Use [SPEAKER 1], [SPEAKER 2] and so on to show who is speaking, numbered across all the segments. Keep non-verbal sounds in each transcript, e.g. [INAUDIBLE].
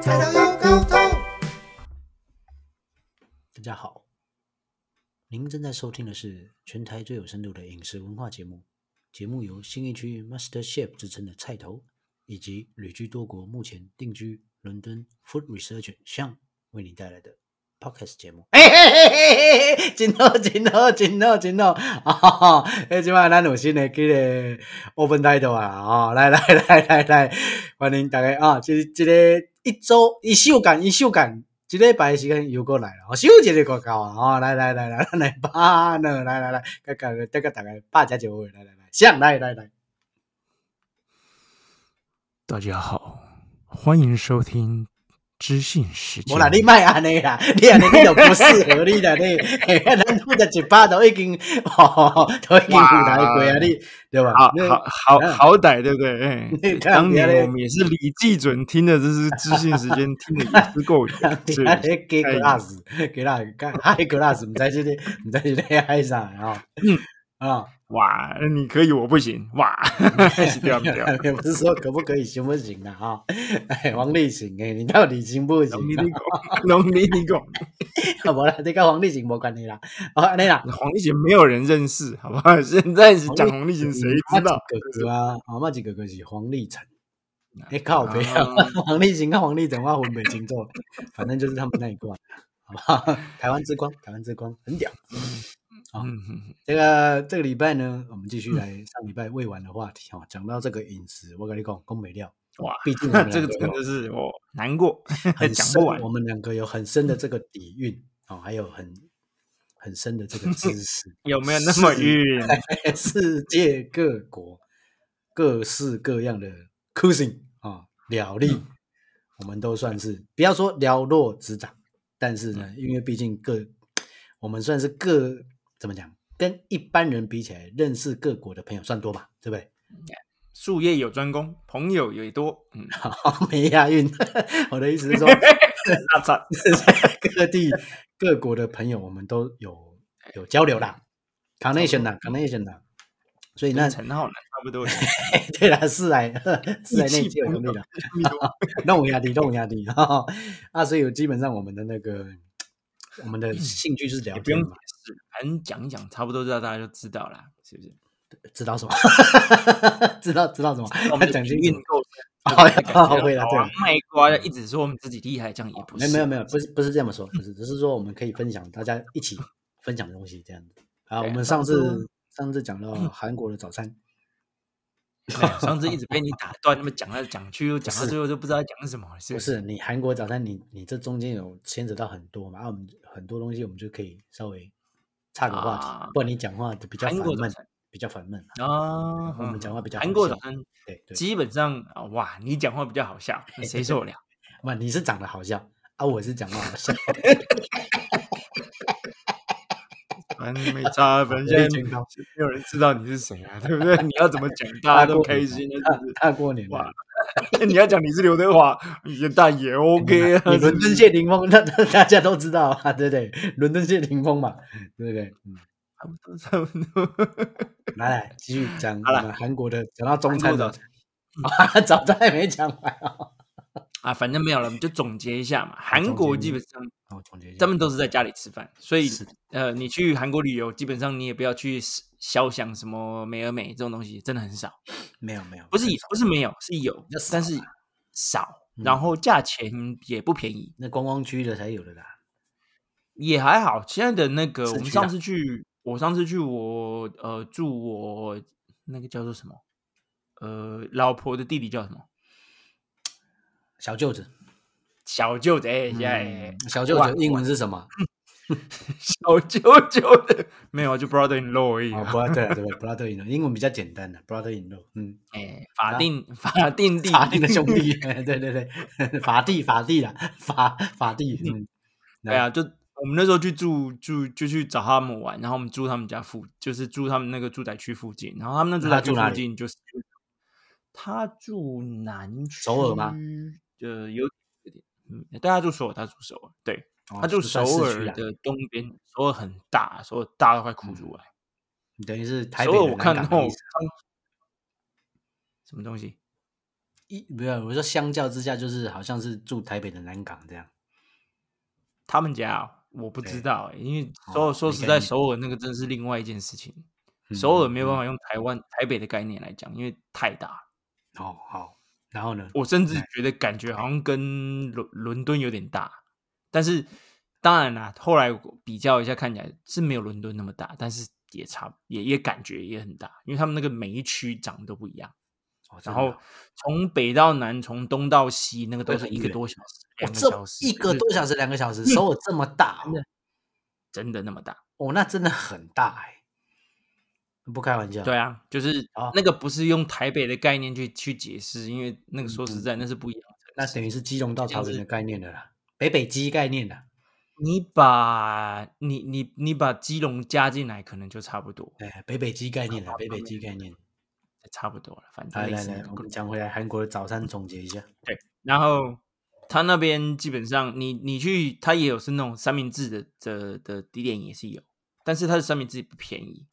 [SPEAKER 1] 菜刀要高头。
[SPEAKER 2] 大家好，您正在收听的是全台最有深度的饮食文化节目。节目由新一区 Master Chef 之称的菜头，以及旅居多国、目前定居伦敦 Food Research 项为你带来的 Podcast 节目。哎嘿嘿嘿嘿嘿，真好，真好，真好，真好！啊，哎，今摆咱有新的这个 Open Title 啊，啊，来来来来来，欢迎大家啊！这这个一周一休感一休感，一礼拜的时间又过来了，哦休一个广告啊！啊，来来来来， [LAUGHS] 咱来把呢，来来来，甲甲再甲大家把加一位，来来来，上来来来，
[SPEAKER 3] 大家好，欢迎收听知性时间。
[SPEAKER 2] 无啦，你莫安尼啦，你安尼你就不适合你 [LAUGHS] 啦，你，嘿咱负责一把都已经， [LAUGHS] 吼，都已经有来过啊，你对吧？
[SPEAKER 3] 好
[SPEAKER 2] 你
[SPEAKER 3] 好好好歹对不对？哎
[SPEAKER 2] 你嗯看
[SPEAKER 3] 当
[SPEAKER 2] 你还
[SPEAKER 3] 年
[SPEAKER 2] 在
[SPEAKER 3] 我们也是李济准听的，这是知性时间听的也是够
[SPEAKER 2] [LAUGHS]
[SPEAKER 3] 远，
[SPEAKER 2] [LAUGHS] 你
[SPEAKER 3] 是
[SPEAKER 2] 安尼给
[SPEAKER 3] 哎
[SPEAKER 2] glass，给啦， [LAUGHS] 给嗨 glass，唔知是咧，唔知是咧嗨啥啊？
[SPEAKER 3] 嗯
[SPEAKER 2] 啊，
[SPEAKER 3] 哇，你可以我不行，
[SPEAKER 2] [LAUGHS]
[SPEAKER 3] 哇，是啊这样这样。
[SPEAKER 2] 也不是说可不可以行不行的啊？哎，王力行哎，你到底行不行
[SPEAKER 3] 农历
[SPEAKER 2] 啊？
[SPEAKER 3] 你讲，农历你讲，
[SPEAKER 2] [LAUGHS] 啊，无啦，你甲黄立行无关系啦。哦，安尼啦，
[SPEAKER 3] 黄立行没有人认识，好不好？现在是讲黄立行，谁知道？
[SPEAKER 2] 哥哥啊，阿妈一哥哥是黄立成。哎、靠北啊！
[SPEAKER 3] 啊
[SPEAKER 2] 黄立行跟黄立成，我分不清楚，反正就是他们那一挂，好不好？ [LAUGHS] 台湾之光，台湾之光，很屌。
[SPEAKER 3] 嗯
[SPEAKER 2] [LAUGHS]
[SPEAKER 3] 嗯
[SPEAKER 2] 这个这个礼拜呢，我们继续来上礼拜未完的话题哦。讲到这个饮食，我跟你讲，讲没料，
[SPEAKER 3] 哇，
[SPEAKER 2] 毕
[SPEAKER 3] [LAUGHS]
[SPEAKER 2] 竟我们
[SPEAKER 3] 这个
[SPEAKER 2] 两
[SPEAKER 3] 真
[SPEAKER 2] 有
[SPEAKER 3] 的是我难过，
[SPEAKER 2] 很
[SPEAKER 3] 讲
[SPEAKER 2] 深
[SPEAKER 3] 不完，嗯
[SPEAKER 2] 我们两个有很深的这个底蕴哦，还有很很深的这个知识。
[SPEAKER 3] 有没有那么晕？
[SPEAKER 2] 世界各国各式各样的 cuisine 啊、料理，我们都算是不要说了若指掌，但是呢，因为毕竟各我们算是各怎么讲，跟一般人比起来，认识各国的朋友算多吧，对不对？ [LAUGHS]
[SPEAKER 3] 术业有专攻，朋友也多。嗯，
[SPEAKER 2] 好，没押韵。我的意思是说，
[SPEAKER 3] 那咋？
[SPEAKER 2] 各地各国的朋友，我们都有有交流啦，connection 啦，connection 啦。所以 [LAUGHS] 那
[SPEAKER 3] 跟陈浩南差不
[SPEAKER 2] [LAUGHS]
[SPEAKER 3] 多。
[SPEAKER 2] 对啦，是来是来
[SPEAKER 3] 意气
[SPEAKER 2] 内疚
[SPEAKER 3] 朋
[SPEAKER 2] 有力
[SPEAKER 3] 友
[SPEAKER 2] 啦。 [LAUGHS] 弄压力，弄压力哈哈啊！所以有基本上我们的那个我们的兴趣就是聊
[SPEAKER 3] 嗯也不
[SPEAKER 2] 天
[SPEAKER 3] 用解
[SPEAKER 2] 嘛，
[SPEAKER 3] 释，反正讲一讲，差不多知道大家就知道啦，是不
[SPEAKER 2] [LAUGHS]
[SPEAKER 3] 是？
[SPEAKER 2] 知道什么？知道知道什么？
[SPEAKER 3] 我
[SPEAKER 2] 他
[SPEAKER 3] 们
[SPEAKER 2] 讲清
[SPEAKER 3] 运
[SPEAKER 2] 楚。哦
[SPEAKER 3] 够
[SPEAKER 2] 好好回答对了
[SPEAKER 3] 啊卖瓜要一直说我们自己厉害，这样也不
[SPEAKER 2] 没
[SPEAKER 3] 是。啊
[SPEAKER 2] 有没有没有，不是不是这么说，不是，只是说我们可以分享，大家一起分享东西这样子啊。
[SPEAKER 3] 对
[SPEAKER 2] 我
[SPEAKER 3] 啊
[SPEAKER 2] 们
[SPEAKER 3] 差
[SPEAKER 2] 上
[SPEAKER 3] 不多嗯
[SPEAKER 2] 次上次讲到韩国的早餐，[LAUGHS]
[SPEAKER 3] 没有，啊上次一直被你打断，那么讲来讲去，又讲到
[SPEAKER 2] 是
[SPEAKER 3] 最后就不知道讲什么了，是
[SPEAKER 2] 不
[SPEAKER 3] 不是？
[SPEAKER 2] 是你韩国早餐，你你这中间有牵扯到很多嘛？啊，我们很多东西我们就可以稍微岔个话
[SPEAKER 3] 啊
[SPEAKER 2] 题，不然你讲话就比较
[SPEAKER 3] 韩
[SPEAKER 2] 烦
[SPEAKER 3] 国早
[SPEAKER 2] 闷
[SPEAKER 3] 餐，
[SPEAKER 2] 比较烦闷啊。
[SPEAKER 3] 啊，
[SPEAKER 2] 我们讲话比较
[SPEAKER 3] 韩
[SPEAKER 2] 好
[SPEAKER 3] 国
[SPEAKER 2] 笑
[SPEAKER 3] 早餐
[SPEAKER 2] 对对。
[SPEAKER 3] 基本上啊，哇，你讲话比较好笑，那谁受
[SPEAKER 2] [LAUGHS]
[SPEAKER 3] 得了？
[SPEAKER 2] 不，你是长得好笑啊，我是讲话好笑，
[SPEAKER 3] 反正没差，反正
[SPEAKER 2] 我
[SPEAKER 3] [LAUGHS]
[SPEAKER 2] 也觉
[SPEAKER 3] 现在
[SPEAKER 2] 得
[SPEAKER 3] 没有人知道你是谁啊，对不对？你要怎么讲，大家都开心啊，是不是？
[SPEAKER 2] 大过年的
[SPEAKER 3] 哇，你要讲你是 [LAUGHS] 刘德华，也大 [LAUGHS] 也 OK 啊。
[SPEAKER 2] 你
[SPEAKER 3] 是
[SPEAKER 2] 伦
[SPEAKER 3] 不
[SPEAKER 2] 敦
[SPEAKER 3] 是
[SPEAKER 2] 谢霆锋，那那大家都知道啊，对不对？伦敦谢霆锋嘛，对不对？嗯，
[SPEAKER 3] 差不多差不多。
[SPEAKER 2] 来来，继续讲
[SPEAKER 3] 好
[SPEAKER 2] 我
[SPEAKER 3] 啦
[SPEAKER 2] 们韩国的，讲到中餐
[SPEAKER 3] 韩国
[SPEAKER 2] 了
[SPEAKER 3] 早
[SPEAKER 2] [LAUGHS]
[SPEAKER 3] 餐，
[SPEAKER 2] 啊早餐还没讲完哦。
[SPEAKER 3] 啊，反正没有了，我们就总结一下嘛。
[SPEAKER 2] 总
[SPEAKER 3] 韩
[SPEAKER 2] 结
[SPEAKER 3] 国
[SPEAKER 2] 一
[SPEAKER 3] 基
[SPEAKER 2] 下
[SPEAKER 3] 本上
[SPEAKER 2] 好，总结一下，
[SPEAKER 3] 他们都是在家里吃饭，所以
[SPEAKER 2] 是
[SPEAKER 3] 呃，你去韩国旅游，基本上你也不要去肖想什么美而美这种东西，真的很少。
[SPEAKER 2] 没有没有，
[SPEAKER 3] 不是不是没有，是有
[SPEAKER 2] 较，少
[SPEAKER 3] 但是少，
[SPEAKER 2] 嗯
[SPEAKER 3] 然后价钱也不便宜，
[SPEAKER 2] 那观光区的才有的啦。
[SPEAKER 3] 也还好。现在的那个，
[SPEAKER 2] 市
[SPEAKER 3] 我们
[SPEAKER 2] 区
[SPEAKER 3] 上
[SPEAKER 2] 啦
[SPEAKER 3] 次去，我上次去我呃住我那个叫做什么？呃，老婆的弟弟叫什么？
[SPEAKER 2] 小舅子，
[SPEAKER 3] 小舅子，哎、哎
[SPEAKER 2] 嗯，小舅
[SPEAKER 3] 哇
[SPEAKER 2] 子英文是什么？
[SPEAKER 3] [LAUGHS] 小舅舅的没有，啊就 brother in law 而已、
[SPEAKER 2] 哦，
[SPEAKER 3] 啊。
[SPEAKER 2] 不要对了，对 [LAUGHS] 不对？Brother in law，英文比较简单的，Brother in law，嗯，
[SPEAKER 3] 哎、法定、法定弟，
[SPEAKER 2] 法定的兄弟， [LAUGHS] 对对对，法弟法弟啦，法法弟，嗯，
[SPEAKER 3] 对啊，就我们那时候去住住就去找他们玩，然后我们住他们家附，就是住他们那个住宅区附近，然后他们那住
[SPEAKER 2] 那
[SPEAKER 3] 宅
[SPEAKER 2] 他
[SPEAKER 3] 区
[SPEAKER 2] 住哪
[SPEAKER 3] 附
[SPEAKER 2] 里
[SPEAKER 3] 近就是他住南区，
[SPEAKER 2] 首尔吗？
[SPEAKER 3] 呃，有有点，嗯，对他住首尔，他住首尔，对，
[SPEAKER 2] 哦
[SPEAKER 3] 他住首
[SPEAKER 2] 算市区
[SPEAKER 3] 尔
[SPEAKER 2] 啦
[SPEAKER 3] 的东边，首尔很大，首尔大到快哭出来。
[SPEAKER 2] 你等于是台
[SPEAKER 3] 所
[SPEAKER 2] 北
[SPEAKER 3] 以
[SPEAKER 2] 的南
[SPEAKER 3] 我看
[SPEAKER 2] 港的
[SPEAKER 3] 后
[SPEAKER 2] 意思
[SPEAKER 3] 什么东西？
[SPEAKER 2] 一没有，我说相较之下，就是好像是住台北的南港这样。嗯
[SPEAKER 3] 他们家哦我不知
[SPEAKER 2] 对
[SPEAKER 3] 道、欸，因为
[SPEAKER 2] 哦
[SPEAKER 3] 首尔说
[SPEAKER 2] 没
[SPEAKER 3] 实
[SPEAKER 2] 概
[SPEAKER 3] 在，
[SPEAKER 2] 念
[SPEAKER 3] 首尔那个真是另外一件事情。首尔没有办
[SPEAKER 2] 法。
[SPEAKER 3] 法用台湾、台北的概念来讲，因为太大了。
[SPEAKER 2] 哦，好，然后呢？
[SPEAKER 3] 我甚至觉得感觉好像跟伦伦敦有点大，但是当然啦，后来我比较一下，看起来是没有伦敦那么大，但是也差也也感觉也很大，因为他们那个每一区长得都不一样，
[SPEAKER 2] 哦真的
[SPEAKER 3] 然后
[SPEAKER 2] 啊
[SPEAKER 3] 从北到南，从东到西，那个都
[SPEAKER 2] 会
[SPEAKER 3] 是
[SPEAKER 2] 很
[SPEAKER 3] 一个
[SPEAKER 2] 远
[SPEAKER 3] 多小时、
[SPEAKER 2] 我
[SPEAKER 3] 两个小时，
[SPEAKER 2] 哦
[SPEAKER 3] 嗯
[SPEAKER 2] 这一个
[SPEAKER 3] 就是
[SPEAKER 2] 多小时、两个小时，首尔这么大哦，
[SPEAKER 3] 真的那么大。
[SPEAKER 2] 哦，那真的很大哎，不开玩笑。
[SPEAKER 3] 对啊，就是
[SPEAKER 2] 啊
[SPEAKER 3] 那个不是用台北的概念去去解释，因为那个说实在那是不一样的城市。
[SPEAKER 2] 嗯那等于是基隆到
[SPEAKER 3] 就像
[SPEAKER 2] 桃园
[SPEAKER 3] 是
[SPEAKER 2] 的概念的啦，北北基概念的。
[SPEAKER 3] 你把你你你把基隆加进来，可能就差不多，
[SPEAKER 2] 哎，北北基概念的
[SPEAKER 3] 好，
[SPEAKER 2] 北
[SPEAKER 3] 方
[SPEAKER 2] 北
[SPEAKER 3] 便
[SPEAKER 2] 基概念。
[SPEAKER 3] 差不多了，反正
[SPEAKER 2] 来
[SPEAKER 3] 类
[SPEAKER 2] 来
[SPEAKER 3] 似
[SPEAKER 2] 来，
[SPEAKER 3] 那
[SPEAKER 2] 我
[SPEAKER 3] 个
[SPEAKER 2] 们讲回来韩国的早餐，总结一下。
[SPEAKER 3] 然后他那边基本上你你去，他也有是那种三明治的的的地点也是有，但是它的三明治也不便宜，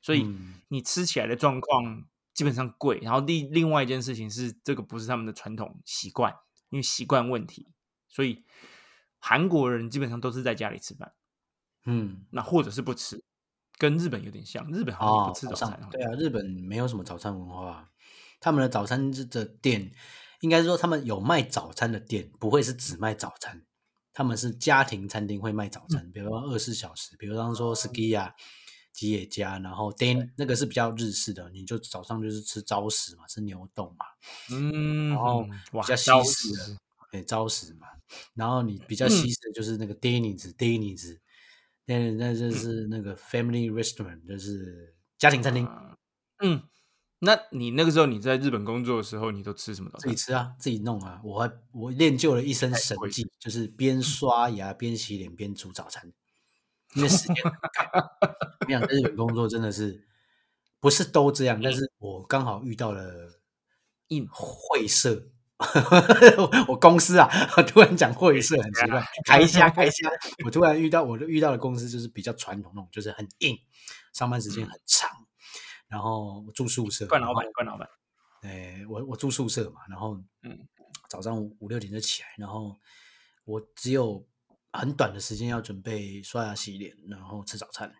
[SPEAKER 3] 所以
[SPEAKER 2] 嗯
[SPEAKER 3] 你吃起来的状况基本上贵。然后另另外一件事情是，这个不是他们的传统习惯，因为习惯问题，所以韩国人基本上都是在家里吃饭。
[SPEAKER 2] 嗯，
[SPEAKER 3] 那或者是不吃，跟日本有点像，日本好像也
[SPEAKER 2] 哦，
[SPEAKER 3] 不吃
[SPEAKER 2] 早
[SPEAKER 3] 早餐
[SPEAKER 2] 上。对啊，日本没有什么早餐文化啊，他们的早餐的店，应该是说他们有卖早餐的店，不会是只卖早餐，他们是家庭餐厅会卖
[SPEAKER 3] 嗯
[SPEAKER 2] 早餐，比如说二十四小时，比如当
[SPEAKER 3] 哦
[SPEAKER 2] 说 ski 啊、吉野家，然后 den 那个是比较日式的，你就早上就是吃朝食嘛，吃牛冻嘛，
[SPEAKER 3] 嗯，
[SPEAKER 2] 然后
[SPEAKER 3] 哇，
[SPEAKER 2] 比较西
[SPEAKER 3] 消
[SPEAKER 2] 式
[SPEAKER 3] 食嗯
[SPEAKER 2] 的，对，朝食嘛。然后你比较西式的就是那个 Denny's Denny's，那那就是那个 Family Restaurant，就是家庭餐厅，
[SPEAKER 3] 嗯，那你那个时候你在日本工作的时候，你都吃什么早
[SPEAKER 2] 自
[SPEAKER 3] 餐
[SPEAKER 2] 己？吃啊，自己弄啊。我还我练就了一身神
[SPEAKER 3] 贵
[SPEAKER 2] 技，就是
[SPEAKER 3] 嗯
[SPEAKER 2] 边刷牙边洗脸边煮早餐，因为时间很赶。我想在日本工作真的是不是都这样，但
[SPEAKER 3] 嗯
[SPEAKER 2] 是我刚好遇到了
[SPEAKER 3] 硬
[SPEAKER 2] 会社。 [LAUGHS] 我公司啊， [LAUGHS] 突然讲会社很奇怪，
[SPEAKER 3] [LAUGHS]
[SPEAKER 2] 开一下开一下。我突然遇到，我就遇到的公司就是比较传统那种，就是很硬，上班时间很长，然后我住宿舍，
[SPEAKER 3] 冠
[SPEAKER 2] 然
[SPEAKER 3] 嗯老
[SPEAKER 2] 后
[SPEAKER 3] 板，冠老板，
[SPEAKER 2] 哎，我我住宿舍嘛，然后
[SPEAKER 3] 嗯
[SPEAKER 2] 早上五五六点就起来，然后我只有很短的时间要准备刷牙洗脸，然后吃早餐，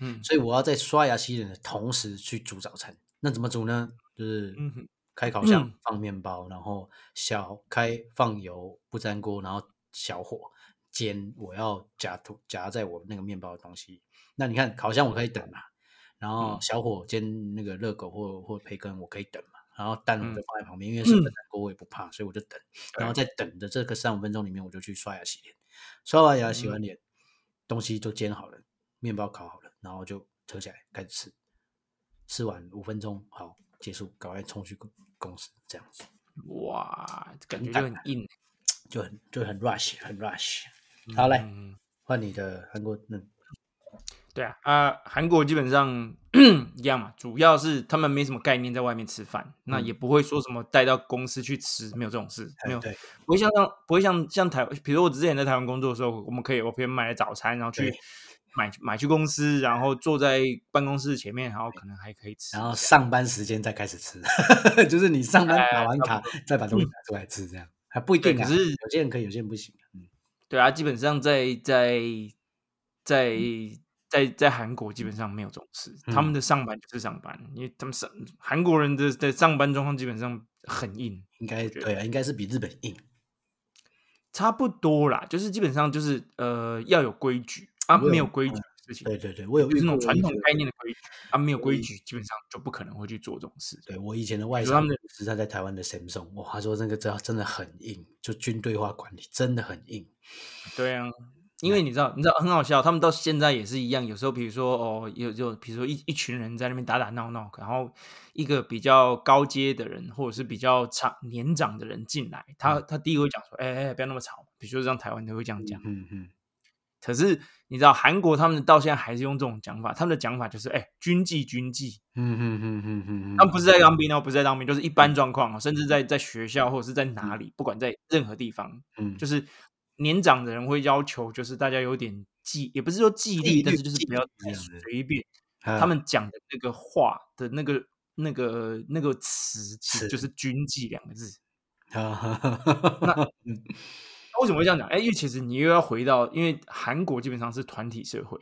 [SPEAKER 3] 嗯
[SPEAKER 2] 所以我要在刷牙洗脸的同时去煮早餐。那怎么煮呢？就是
[SPEAKER 3] 嗯哼
[SPEAKER 2] 开烤箱、
[SPEAKER 3] 嗯
[SPEAKER 2] 放面包，然后小开放油不粘锅，然后小火煎我要夹涂夹在我那个面包的东西。那你看烤箱我可以等嘛，然后
[SPEAKER 3] 嗯
[SPEAKER 2] 小火煎那个热狗或或培根我可以等嘛，然后蛋我就
[SPEAKER 3] 嗯
[SPEAKER 2] 放在旁边，因为是
[SPEAKER 3] 嗯
[SPEAKER 2] 不粘锅我也不怕，所以我就等。然后
[SPEAKER 3] 对
[SPEAKER 2] 在等的这个三五分钟里面，我就去刷牙洗脸，刷完牙洗
[SPEAKER 3] 嗯
[SPEAKER 2] 完脸，东西都煎好了，面包烤好了，然后就扯起来开始吃，吃完五分钟好结束，赶快冲去公公司，这样子
[SPEAKER 3] 哇，感觉就
[SPEAKER 2] 很
[SPEAKER 3] 很硬。
[SPEAKER 2] 就很就很 rush 很 rush。好嘞，
[SPEAKER 3] 嗯
[SPEAKER 2] 换嗯你的韩国那
[SPEAKER 3] 对啊，啊、韩国基本上 [CLEARS THROAT] 一样嘛，主要是他们没什么概念，在外面吃饭，
[SPEAKER 2] 嗯
[SPEAKER 3] 那
[SPEAKER 2] 哎
[SPEAKER 3] 也不会说什么带到公司去吃，没有这种事，没有，
[SPEAKER 2] 对
[SPEAKER 3] 不会像像不会像像台，比如我之前在台湾工作的时候，我们可以我可以买早餐，然后去
[SPEAKER 2] 对
[SPEAKER 3] 买买去公司，然后坐在办公室前面，然后可能还可以吃一下，
[SPEAKER 2] 然后上班时间再开始吃， [LAUGHS] 就是你上
[SPEAKER 3] 哎
[SPEAKER 2] 班打完卡再把东西拿出来吃，这样还不一
[SPEAKER 3] 嗯对
[SPEAKER 2] 定啊。
[SPEAKER 3] 可是
[SPEAKER 2] 有些人可以，有些人不行。嗯，
[SPEAKER 3] 对啊，基本上在在在在在韩国基本上没有这种事，他
[SPEAKER 2] 嗯
[SPEAKER 3] 们的上班就是上班，因为他们上韩国人的的上班状况基本上很硬，
[SPEAKER 2] 应该
[SPEAKER 3] 觉
[SPEAKER 2] 对啊，应该是比日本硬。
[SPEAKER 3] 差不多啦，就是基本上就是呃要有规矩啊，
[SPEAKER 2] 我有
[SPEAKER 3] 没有规矩的事情，
[SPEAKER 2] 对对对，我有
[SPEAKER 3] 就
[SPEAKER 2] 遇
[SPEAKER 3] 是那
[SPEAKER 2] 过
[SPEAKER 3] 种传
[SPEAKER 2] 一
[SPEAKER 3] 统
[SPEAKER 2] 个
[SPEAKER 3] 概念的规矩啊，没有
[SPEAKER 2] 我
[SPEAKER 3] 规
[SPEAKER 2] 以
[SPEAKER 3] 矩基本上就不可能会去做这种事。
[SPEAKER 2] 对我以前的外
[SPEAKER 3] 比如他
[SPEAKER 2] 商
[SPEAKER 3] 们的
[SPEAKER 2] 是他在台湾的 Samsung，哇，他说那个真真的很硬，就军队化管理真的很硬。
[SPEAKER 3] 对啊，因为你知道，你知道很好笑，他们到现在也是一样。有时候，比如说哦，有就比如说一一群人在那边打打闹闹，然后一个比较高阶的人或者是比较长年长的人进来，他他第一个会讲说，哎、哎、不要那么吵。比如说像台湾都会这样讲，
[SPEAKER 2] 嗯嗯，
[SPEAKER 3] 可是你知道韩国他们到现在还是用这种讲法，他们的讲法就是哎、军纪军纪，
[SPEAKER 2] 嗯嗯嗯嗯嗯嗯，
[SPEAKER 3] 他们不是在当兵哦，不是在当兵，就是一般状况哦，甚至在在学校或者是在哪里，不管在任何地方，
[SPEAKER 2] 嗯
[SPEAKER 3] 就是年长的人会要求，就是大家有点纪，也不是说纪
[SPEAKER 2] 纪
[SPEAKER 3] 律，但
[SPEAKER 2] 律
[SPEAKER 3] 是就是
[SPEAKER 2] 纪
[SPEAKER 3] 不要
[SPEAKER 2] 律这嗯
[SPEAKER 3] 太
[SPEAKER 2] 样子
[SPEAKER 3] 随便。
[SPEAKER 2] 他
[SPEAKER 3] 他们讲的那个话的那个那个那个词，其实
[SPEAKER 2] 是
[SPEAKER 3] 就是“军纪”两个字。
[SPEAKER 2] 啊，哈哈哈哈嗯
[SPEAKER 3] 那为什么会这样讲？哎，因为其实你又要回到，因为韩国基本上是团体社会，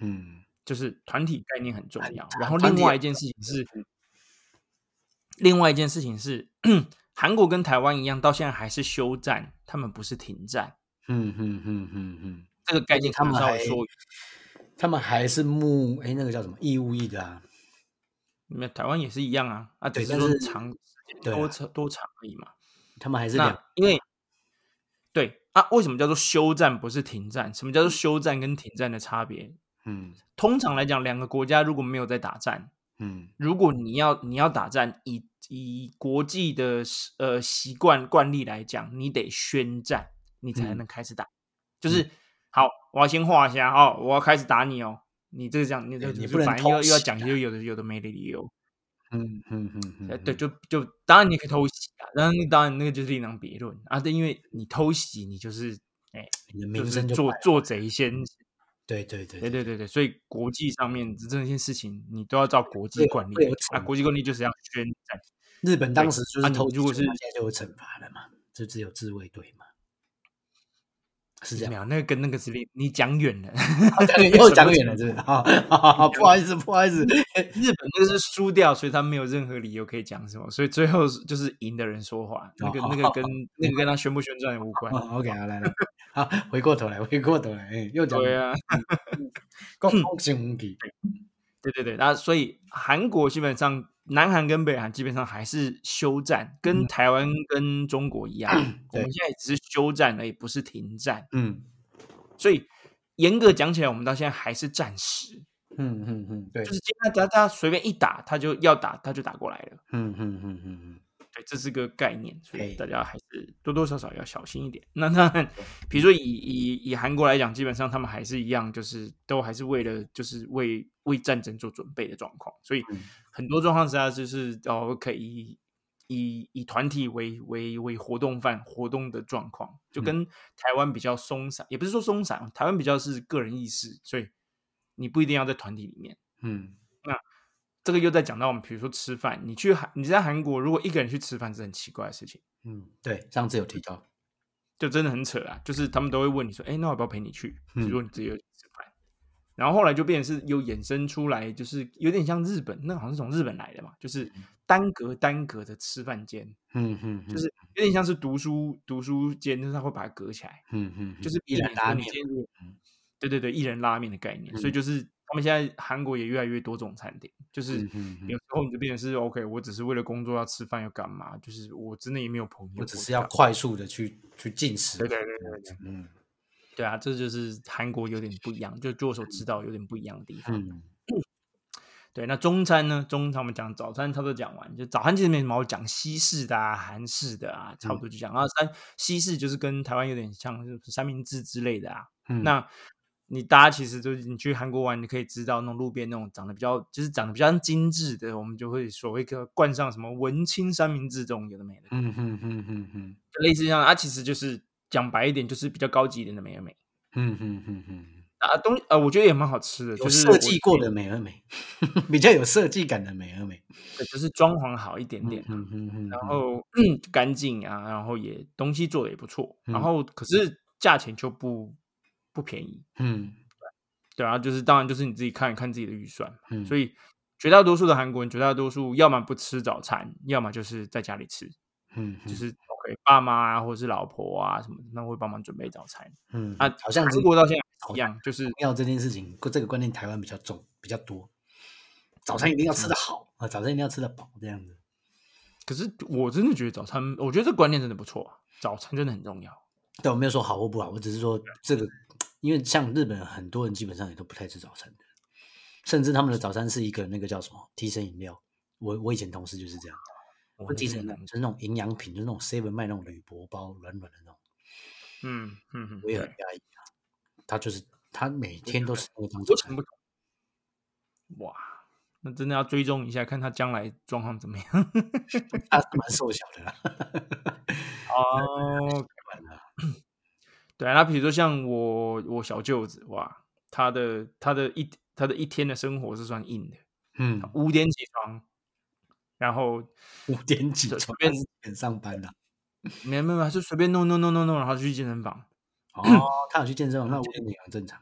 [SPEAKER 2] 嗯，
[SPEAKER 3] 就是团体概念很重要。
[SPEAKER 2] 团
[SPEAKER 3] 然后
[SPEAKER 2] 团
[SPEAKER 3] 另
[SPEAKER 2] 体
[SPEAKER 3] 外
[SPEAKER 2] 也
[SPEAKER 3] 一件事情是，
[SPEAKER 2] 嗯
[SPEAKER 3] 另外一件事情是， [CLEARS THROAT] 韩国跟台湾一样，到现在还是休战，他们不是停战。
[SPEAKER 2] 嗯嗯嗯嗯嗯，
[SPEAKER 3] 这个概念
[SPEAKER 2] 他
[SPEAKER 3] 可能
[SPEAKER 2] 们
[SPEAKER 3] 稍微
[SPEAKER 2] 还
[SPEAKER 3] 说
[SPEAKER 2] 他们还是募哎那个叫什么义务役的啊，
[SPEAKER 3] 没有，台湾也是一样啊，啊，只
[SPEAKER 2] 对
[SPEAKER 3] 是
[SPEAKER 2] 但
[SPEAKER 3] 说
[SPEAKER 2] 是
[SPEAKER 3] 长
[SPEAKER 2] 对
[SPEAKER 3] 多
[SPEAKER 2] 啊
[SPEAKER 3] 长多长而已嘛。
[SPEAKER 2] 他们还是两
[SPEAKER 3] 那因为对啊，为什么叫做休战不是停战？什么叫做休战跟停战的差别？
[SPEAKER 2] 嗯
[SPEAKER 3] 通常来讲，两个国家如果没有在打战，
[SPEAKER 2] 嗯
[SPEAKER 3] 如果你要你要打战，以以国际的呃习惯惯例来讲，你得宣战，你才
[SPEAKER 2] 嗯
[SPEAKER 3] 能开始打。就是好，我要先画一下哦，我要开始打你哦。你这个讲，你这
[SPEAKER 2] 对你
[SPEAKER 3] 就
[SPEAKER 2] 不能
[SPEAKER 3] 反正又要
[SPEAKER 2] 偷
[SPEAKER 3] 又要
[SPEAKER 2] 袭
[SPEAKER 3] 讲一
[SPEAKER 2] 啊
[SPEAKER 3] 些有的有的没的理由。
[SPEAKER 2] 嗯嗯嗯
[SPEAKER 3] 呃，
[SPEAKER 2] 嗯，
[SPEAKER 3] 对，就就当然你可以偷袭啊，当然当然那个就是另当别论啊。对，因为你偷袭，你就是哎，
[SPEAKER 2] 你的
[SPEAKER 3] 就
[SPEAKER 2] 名
[SPEAKER 3] 是
[SPEAKER 2] 声就
[SPEAKER 3] 做哎
[SPEAKER 2] 败了嗯
[SPEAKER 3] 做贼先。
[SPEAKER 2] 对对对
[SPEAKER 3] 对对对对，所以国际上面这件事情，你都要照国际
[SPEAKER 2] 会有
[SPEAKER 3] 惯例
[SPEAKER 2] 会有
[SPEAKER 3] 啊。
[SPEAKER 2] 惩
[SPEAKER 3] 国际惯例就是要宣战，
[SPEAKER 2] 日本当时就
[SPEAKER 3] 啊
[SPEAKER 2] 是
[SPEAKER 3] 你
[SPEAKER 2] 投，
[SPEAKER 3] 如果是
[SPEAKER 2] 现在就有惩罚了嘛，就只有自卫队嘛，是这
[SPEAKER 3] 没
[SPEAKER 2] 样。
[SPEAKER 3] 有那个跟那个是另你讲远了。 [LAUGHS]
[SPEAKER 2] 讲远 [LAUGHS] 又讲远了，是不是？好，好好不好意思，不好意思。
[SPEAKER 3] 日本就是输掉，所以他没有任何理由可以讲什么，所以最后就是赢的人说话。那个那个跟那个跟他宣不宣战无关。
[SPEAKER 2] 哦 OK，好来来，好，回过头来，回过头来，哎，又讲
[SPEAKER 3] 对啊。嗯
[SPEAKER 2] 讲雄起，
[SPEAKER 3] 对对对，那所以韩国基本上，南韩跟北韩基本上还是休战，跟
[SPEAKER 2] 嗯
[SPEAKER 3] 台湾跟中国一样，我们现在只是休战而已，不是停战。
[SPEAKER 2] 嗯
[SPEAKER 3] 所以严格讲起来，我们到现在还是战时，
[SPEAKER 2] 嗯嗯嗯，对
[SPEAKER 3] 就，是今天大家大家随便一打，他就要打，他就打过来了。
[SPEAKER 2] 嗯嗯嗯嗯嗯，
[SPEAKER 3] 对，这是个概念，所以
[SPEAKER 2] 嘿
[SPEAKER 3] 大家还是多多少少要小心一点。那当然，比如说以以以韩国来讲，基本上他们还是一样，就是都还是为了就是为为战争做准备的状况，所以
[SPEAKER 2] 嗯
[SPEAKER 3] 很多状况之下就是哦，可以以以以团体为为为活动范活动的状况，就
[SPEAKER 2] 嗯
[SPEAKER 3] 跟台湾比较松散，也不是说松散，台湾比较是个人意识，所以你不一定要在团体里面。
[SPEAKER 2] 嗯
[SPEAKER 3] 这个又在讲到我们，比如说吃饭，你去韩你在韩国，如果一个人去吃饭是很奇怪的事情。
[SPEAKER 2] 嗯，对，上次有提到，
[SPEAKER 3] 就真的很扯啊！就是他们都会问你说：“哎、那我要不要陪你去？”
[SPEAKER 2] 嗯
[SPEAKER 3] 如果你自己有吃饭，然后后来就变成是有衍生出来，就是有点像日本，那好像是从日本来的嘛，就是单格单格的吃饭间，
[SPEAKER 2] 嗯嗯，
[SPEAKER 3] 就是有点像是读书读书间，就是他会把它隔起来，
[SPEAKER 2] 嗯嗯，
[SPEAKER 3] 就是
[SPEAKER 2] 一人
[SPEAKER 3] 免
[SPEAKER 2] 拉
[SPEAKER 3] 说你
[SPEAKER 2] 面，
[SPEAKER 3] 今天如果
[SPEAKER 2] 嗯
[SPEAKER 3] 对对对，一人拉面的概念，所以就是他们现在韩国也越来越多这种餐厅，就是
[SPEAKER 2] 嗯嗯
[SPEAKER 3] 有
[SPEAKER 2] 嗯，
[SPEAKER 3] 时候你就变成是 OK，我只是为了工作要吃饭要干嘛，就是我真的也没有朋友，
[SPEAKER 2] 我只是要
[SPEAKER 3] 干嘛
[SPEAKER 2] 快速的去去进食，
[SPEAKER 3] 对对对对对。
[SPEAKER 2] 嗯
[SPEAKER 3] 对啊，这就是韩国有点不一样，就据我所知道有点不一样的地方。
[SPEAKER 2] 嗯
[SPEAKER 3] 对，那中餐呢？中餐我们讲早餐差不多讲完，就早餐其实没什么好讲，西式的啊、韩式的啊，差
[SPEAKER 2] 嗯
[SPEAKER 3] 不多就讲。然后三西式就是跟台湾有点像，就是三明治之类的啊。
[SPEAKER 2] 嗯，
[SPEAKER 3] 那你大家其实就是你去韩国玩，你可以知道那种路边那种长得比较就是长得比较精致的，我们就会所谓个冠上什么文青三明治这种有的没的，
[SPEAKER 2] 嗯嗯嗯嗯嗯。
[SPEAKER 3] 类似这样啊，其实就是讲白一点，就是比较高级一点的美而美。
[SPEAKER 2] 嗯嗯嗯嗯，
[SPEAKER 3] 啊，东呃，我觉得也蛮好吃的，
[SPEAKER 2] 有
[SPEAKER 3] 就是
[SPEAKER 2] 设
[SPEAKER 3] 我
[SPEAKER 2] 计过的美而美， [LAUGHS] 比较有设计感的美而美。
[SPEAKER 3] 对就是装潢好一点点，
[SPEAKER 2] 嗯嗯嗯，
[SPEAKER 3] 然后、嗯、干净啊，然后也东西做的也不错，然
[SPEAKER 2] 嗯
[SPEAKER 3] 后可是价钱就不不便宜，
[SPEAKER 2] 嗯
[SPEAKER 3] 对啊，就是当然就是你自己看一看自己的预算嘛，
[SPEAKER 2] 嗯，
[SPEAKER 3] 所
[SPEAKER 2] 以
[SPEAKER 3] 以绝大多数的韩国人，绝大多数要么不吃早餐，要么就是在家里吃，
[SPEAKER 2] 嗯
[SPEAKER 3] 就是 OK 爸妈啊或者是老婆啊什么的，那会帮忙准备早餐
[SPEAKER 2] 嗯
[SPEAKER 3] 啊，
[SPEAKER 2] 好像
[SPEAKER 3] 韩
[SPEAKER 2] 是
[SPEAKER 3] 国到现在还
[SPEAKER 2] 好
[SPEAKER 3] 是一样，就是
[SPEAKER 2] 要这件事情，这个观念台湾比较重比较多。早餐一定要吃得
[SPEAKER 3] 嗯
[SPEAKER 2] 好啊，早餐一定要吃得饱这样子。
[SPEAKER 3] 可是我真的觉得早餐，我觉得这观念真的不错啊，早餐真的很重要。
[SPEAKER 2] 但我没有说好或不好，我只是说这个，因为像日本很多人基本上也都不太吃早餐的，甚至他们的早餐是一个那个叫什么提神饮料。我我以前同事就是这样，
[SPEAKER 3] 我
[SPEAKER 2] 不
[SPEAKER 3] 们
[SPEAKER 2] 提
[SPEAKER 3] 真
[SPEAKER 2] 神饮
[SPEAKER 3] 的
[SPEAKER 2] 料就是那种营养品，就是那种 seven 卖那种铝箔包软软的那种。
[SPEAKER 3] 嗯嗯嗯，
[SPEAKER 2] 我也
[SPEAKER 3] 对
[SPEAKER 2] 很压抑啊。他就是他每天都是那个当早
[SPEAKER 3] 我想
[SPEAKER 2] 餐，
[SPEAKER 3] 不通。哇，那真的要追踪一下，看他将来状况怎么样。
[SPEAKER 2] [LAUGHS] 他是蛮瘦小
[SPEAKER 3] [LAUGHS]
[SPEAKER 2] 的啦。啊
[SPEAKER 3] 哦，对啊，那比如说像我我小舅子，哇，他的他的一他的一天的生活是算硬的，
[SPEAKER 2] 嗯
[SPEAKER 3] 五点起床，然后 [LAUGHS]
[SPEAKER 2] 五点起
[SPEAKER 3] 随
[SPEAKER 2] 床，
[SPEAKER 3] 便
[SPEAKER 2] 四点上班
[SPEAKER 3] [CLEARS THROAT]
[SPEAKER 2] 啦。
[SPEAKER 3] 没没没，就随便弄弄弄弄弄，然后就去健身房，
[SPEAKER 2] 哦，他有去健身房，那我跟你哦讲正常。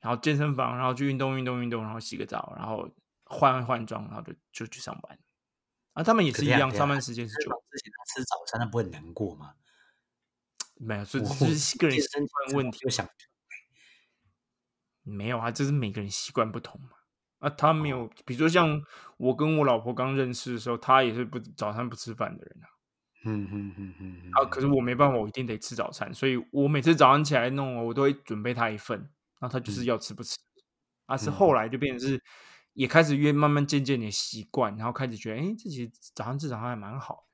[SPEAKER 3] 然后健身房，然后去运动运动运动，然后洗个澡，然后换换装，然后就就去上班。啊，他们也
[SPEAKER 2] 可
[SPEAKER 3] 是一
[SPEAKER 2] 这样
[SPEAKER 3] 样，
[SPEAKER 2] 这
[SPEAKER 3] 上
[SPEAKER 2] 样
[SPEAKER 3] 班时间是
[SPEAKER 2] 健身
[SPEAKER 3] 九
[SPEAKER 2] 房之前他吃早餐，他不会很难过吗？
[SPEAKER 3] 没有，所以
[SPEAKER 2] 我
[SPEAKER 3] 这是个人
[SPEAKER 2] 健
[SPEAKER 3] 习
[SPEAKER 2] 身
[SPEAKER 3] 惯问题。
[SPEAKER 2] 就想
[SPEAKER 3] 没有啊，这是每个人习惯不同嘛。啊，他没有，比如说像我跟我老婆刚认识的时候，她也是不早餐不吃饭的人啊。
[SPEAKER 2] 嗯嗯嗯嗯嗯
[SPEAKER 3] 啊，可是我没办法，我一定得吃早餐，所以我每次早上起来弄哦，我都会准备她一份，那她就是要吃不吃。啊，是后来就变成是也开始越慢慢渐渐的习惯，然后开始觉得，哎，这其实早上吃早餐还蛮好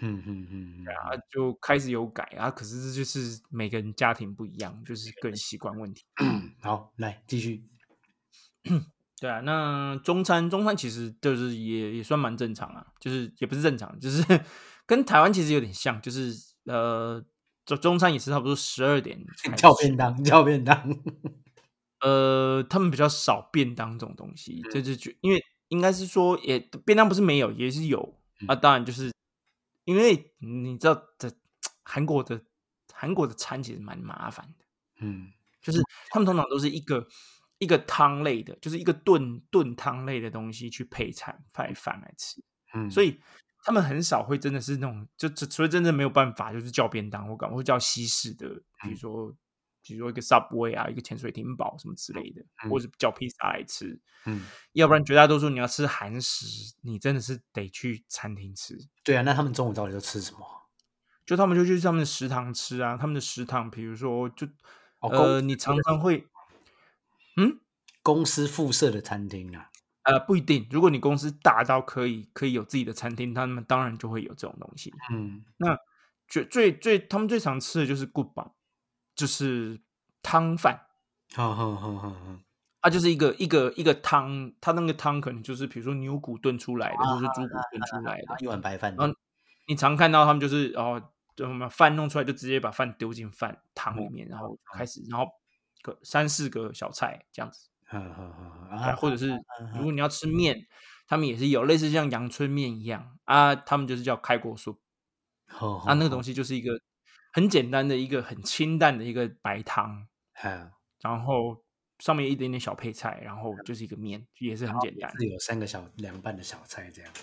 [SPEAKER 2] 嗯嗯嗯嗯
[SPEAKER 3] 的，啊，就开始有改啊。可是这就是每个人家庭不一样，就是个人习惯问题。
[SPEAKER 2] 嗯，好，来继续。
[SPEAKER 3] 对啊，那中餐中餐其实就是也也算蛮正常啊，就是也不是正常，就是 [LAUGHS] 跟台湾其实有点像，就是呃，中中餐也是差不多十
[SPEAKER 2] [LAUGHS]
[SPEAKER 3] 二点才
[SPEAKER 2] 叫
[SPEAKER 3] 吃
[SPEAKER 2] 便当，叫便当。
[SPEAKER 3] 呃，他们比较少便当这种东西，这
[SPEAKER 2] 嗯
[SPEAKER 3] 就觉因为应该是说也便当不是没有，也是有
[SPEAKER 2] 嗯
[SPEAKER 3] 啊，当然就是因为你知道的，韩国的韩国的餐其实蛮麻烦的。
[SPEAKER 2] 嗯
[SPEAKER 3] 就是他们通常都是一个一个汤类的，就是一个炖炖汤类的东西去配餐配饭来吃，
[SPEAKER 2] 嗯，
[SPEAKER 3] 所
[SPEAKER 2] 以
[SPEAKER 3] 以他们很少会真的是那种就就所以真的没有办法，就是叫便当或干嘛，或叫西式的，比
[SPEAKER 2] 嗯
[SPEAKER 3] 如说比如说一个 Subway 啊，一个潜水艇堡什么之类的，或者叫披萨来吃，
[SPEAKER 2] 嗯，
[SPEAKER 3] 要不然绝大多数你要吃韩食，你真的是得去餐厅吃。
[SPEAKER 2] 对啊，那他们中午到底都吃什么？
[SPEAKER 3] 就他们就去他们的食堂吃啊，他们的食堂，比如说就、
[SPEAKER 2] 哦公
[SPEAKER 3] 呃，你常常会，嗯，
[SPEAKER 2] 公司附设的餐厅啊。
[SPEAKER 3] 呃，不一定。如果你公司大到可以可以有自己的餐厅，他们当然就会有这种东西。
[SPEAKER 2] 嗯
[SPEAKER 3] 最最最，他们最常吃的就是 good b 就是汤饭。
[SPEAKER 2] 好好好好好，
[SPEAKER 3] 它、就是一个一个一个汤，它那个汤可能就是比如说牛骨炖出来的，或者是猪骨炖出来
[SPEAKER 2] 然后
[SPEAKER 3] 的。
[SPEAKER 2] 一碗白饭。
[SPEAKER 3] 然后你常看到他们就是哦，就什么饭弄出来就直接把饭丢进饭汤里面，然后开始，然后个三四个小菜这样子。
[SPEAKER 2] 嗯嗯嗯
[SPEAKER 3] 啊，
[SPEAKER 2] 啊，
[SPEAKER 3] 或者是
[SPEAKER 2] 嗯
[SPEAKER 3] 如果你要吃面，他们也是有类似像阳春面一样啊，他们就是叫开锅素
[SPEAKER 2] 好
[SPEAKER 3] 啊，那个东
[SPEAKER 2] 西。
[SPEAKER 3] 西就是一个很简单的一个很清淡的一个白汤，
[SPEAKER 2] 啊，
[SPEAKER 3] 然后上面一点点小配菜，然后就是一个面，也是很简单。
[SPEAKER 2] 嗯哦是有三个小凉拌的小菜这样子。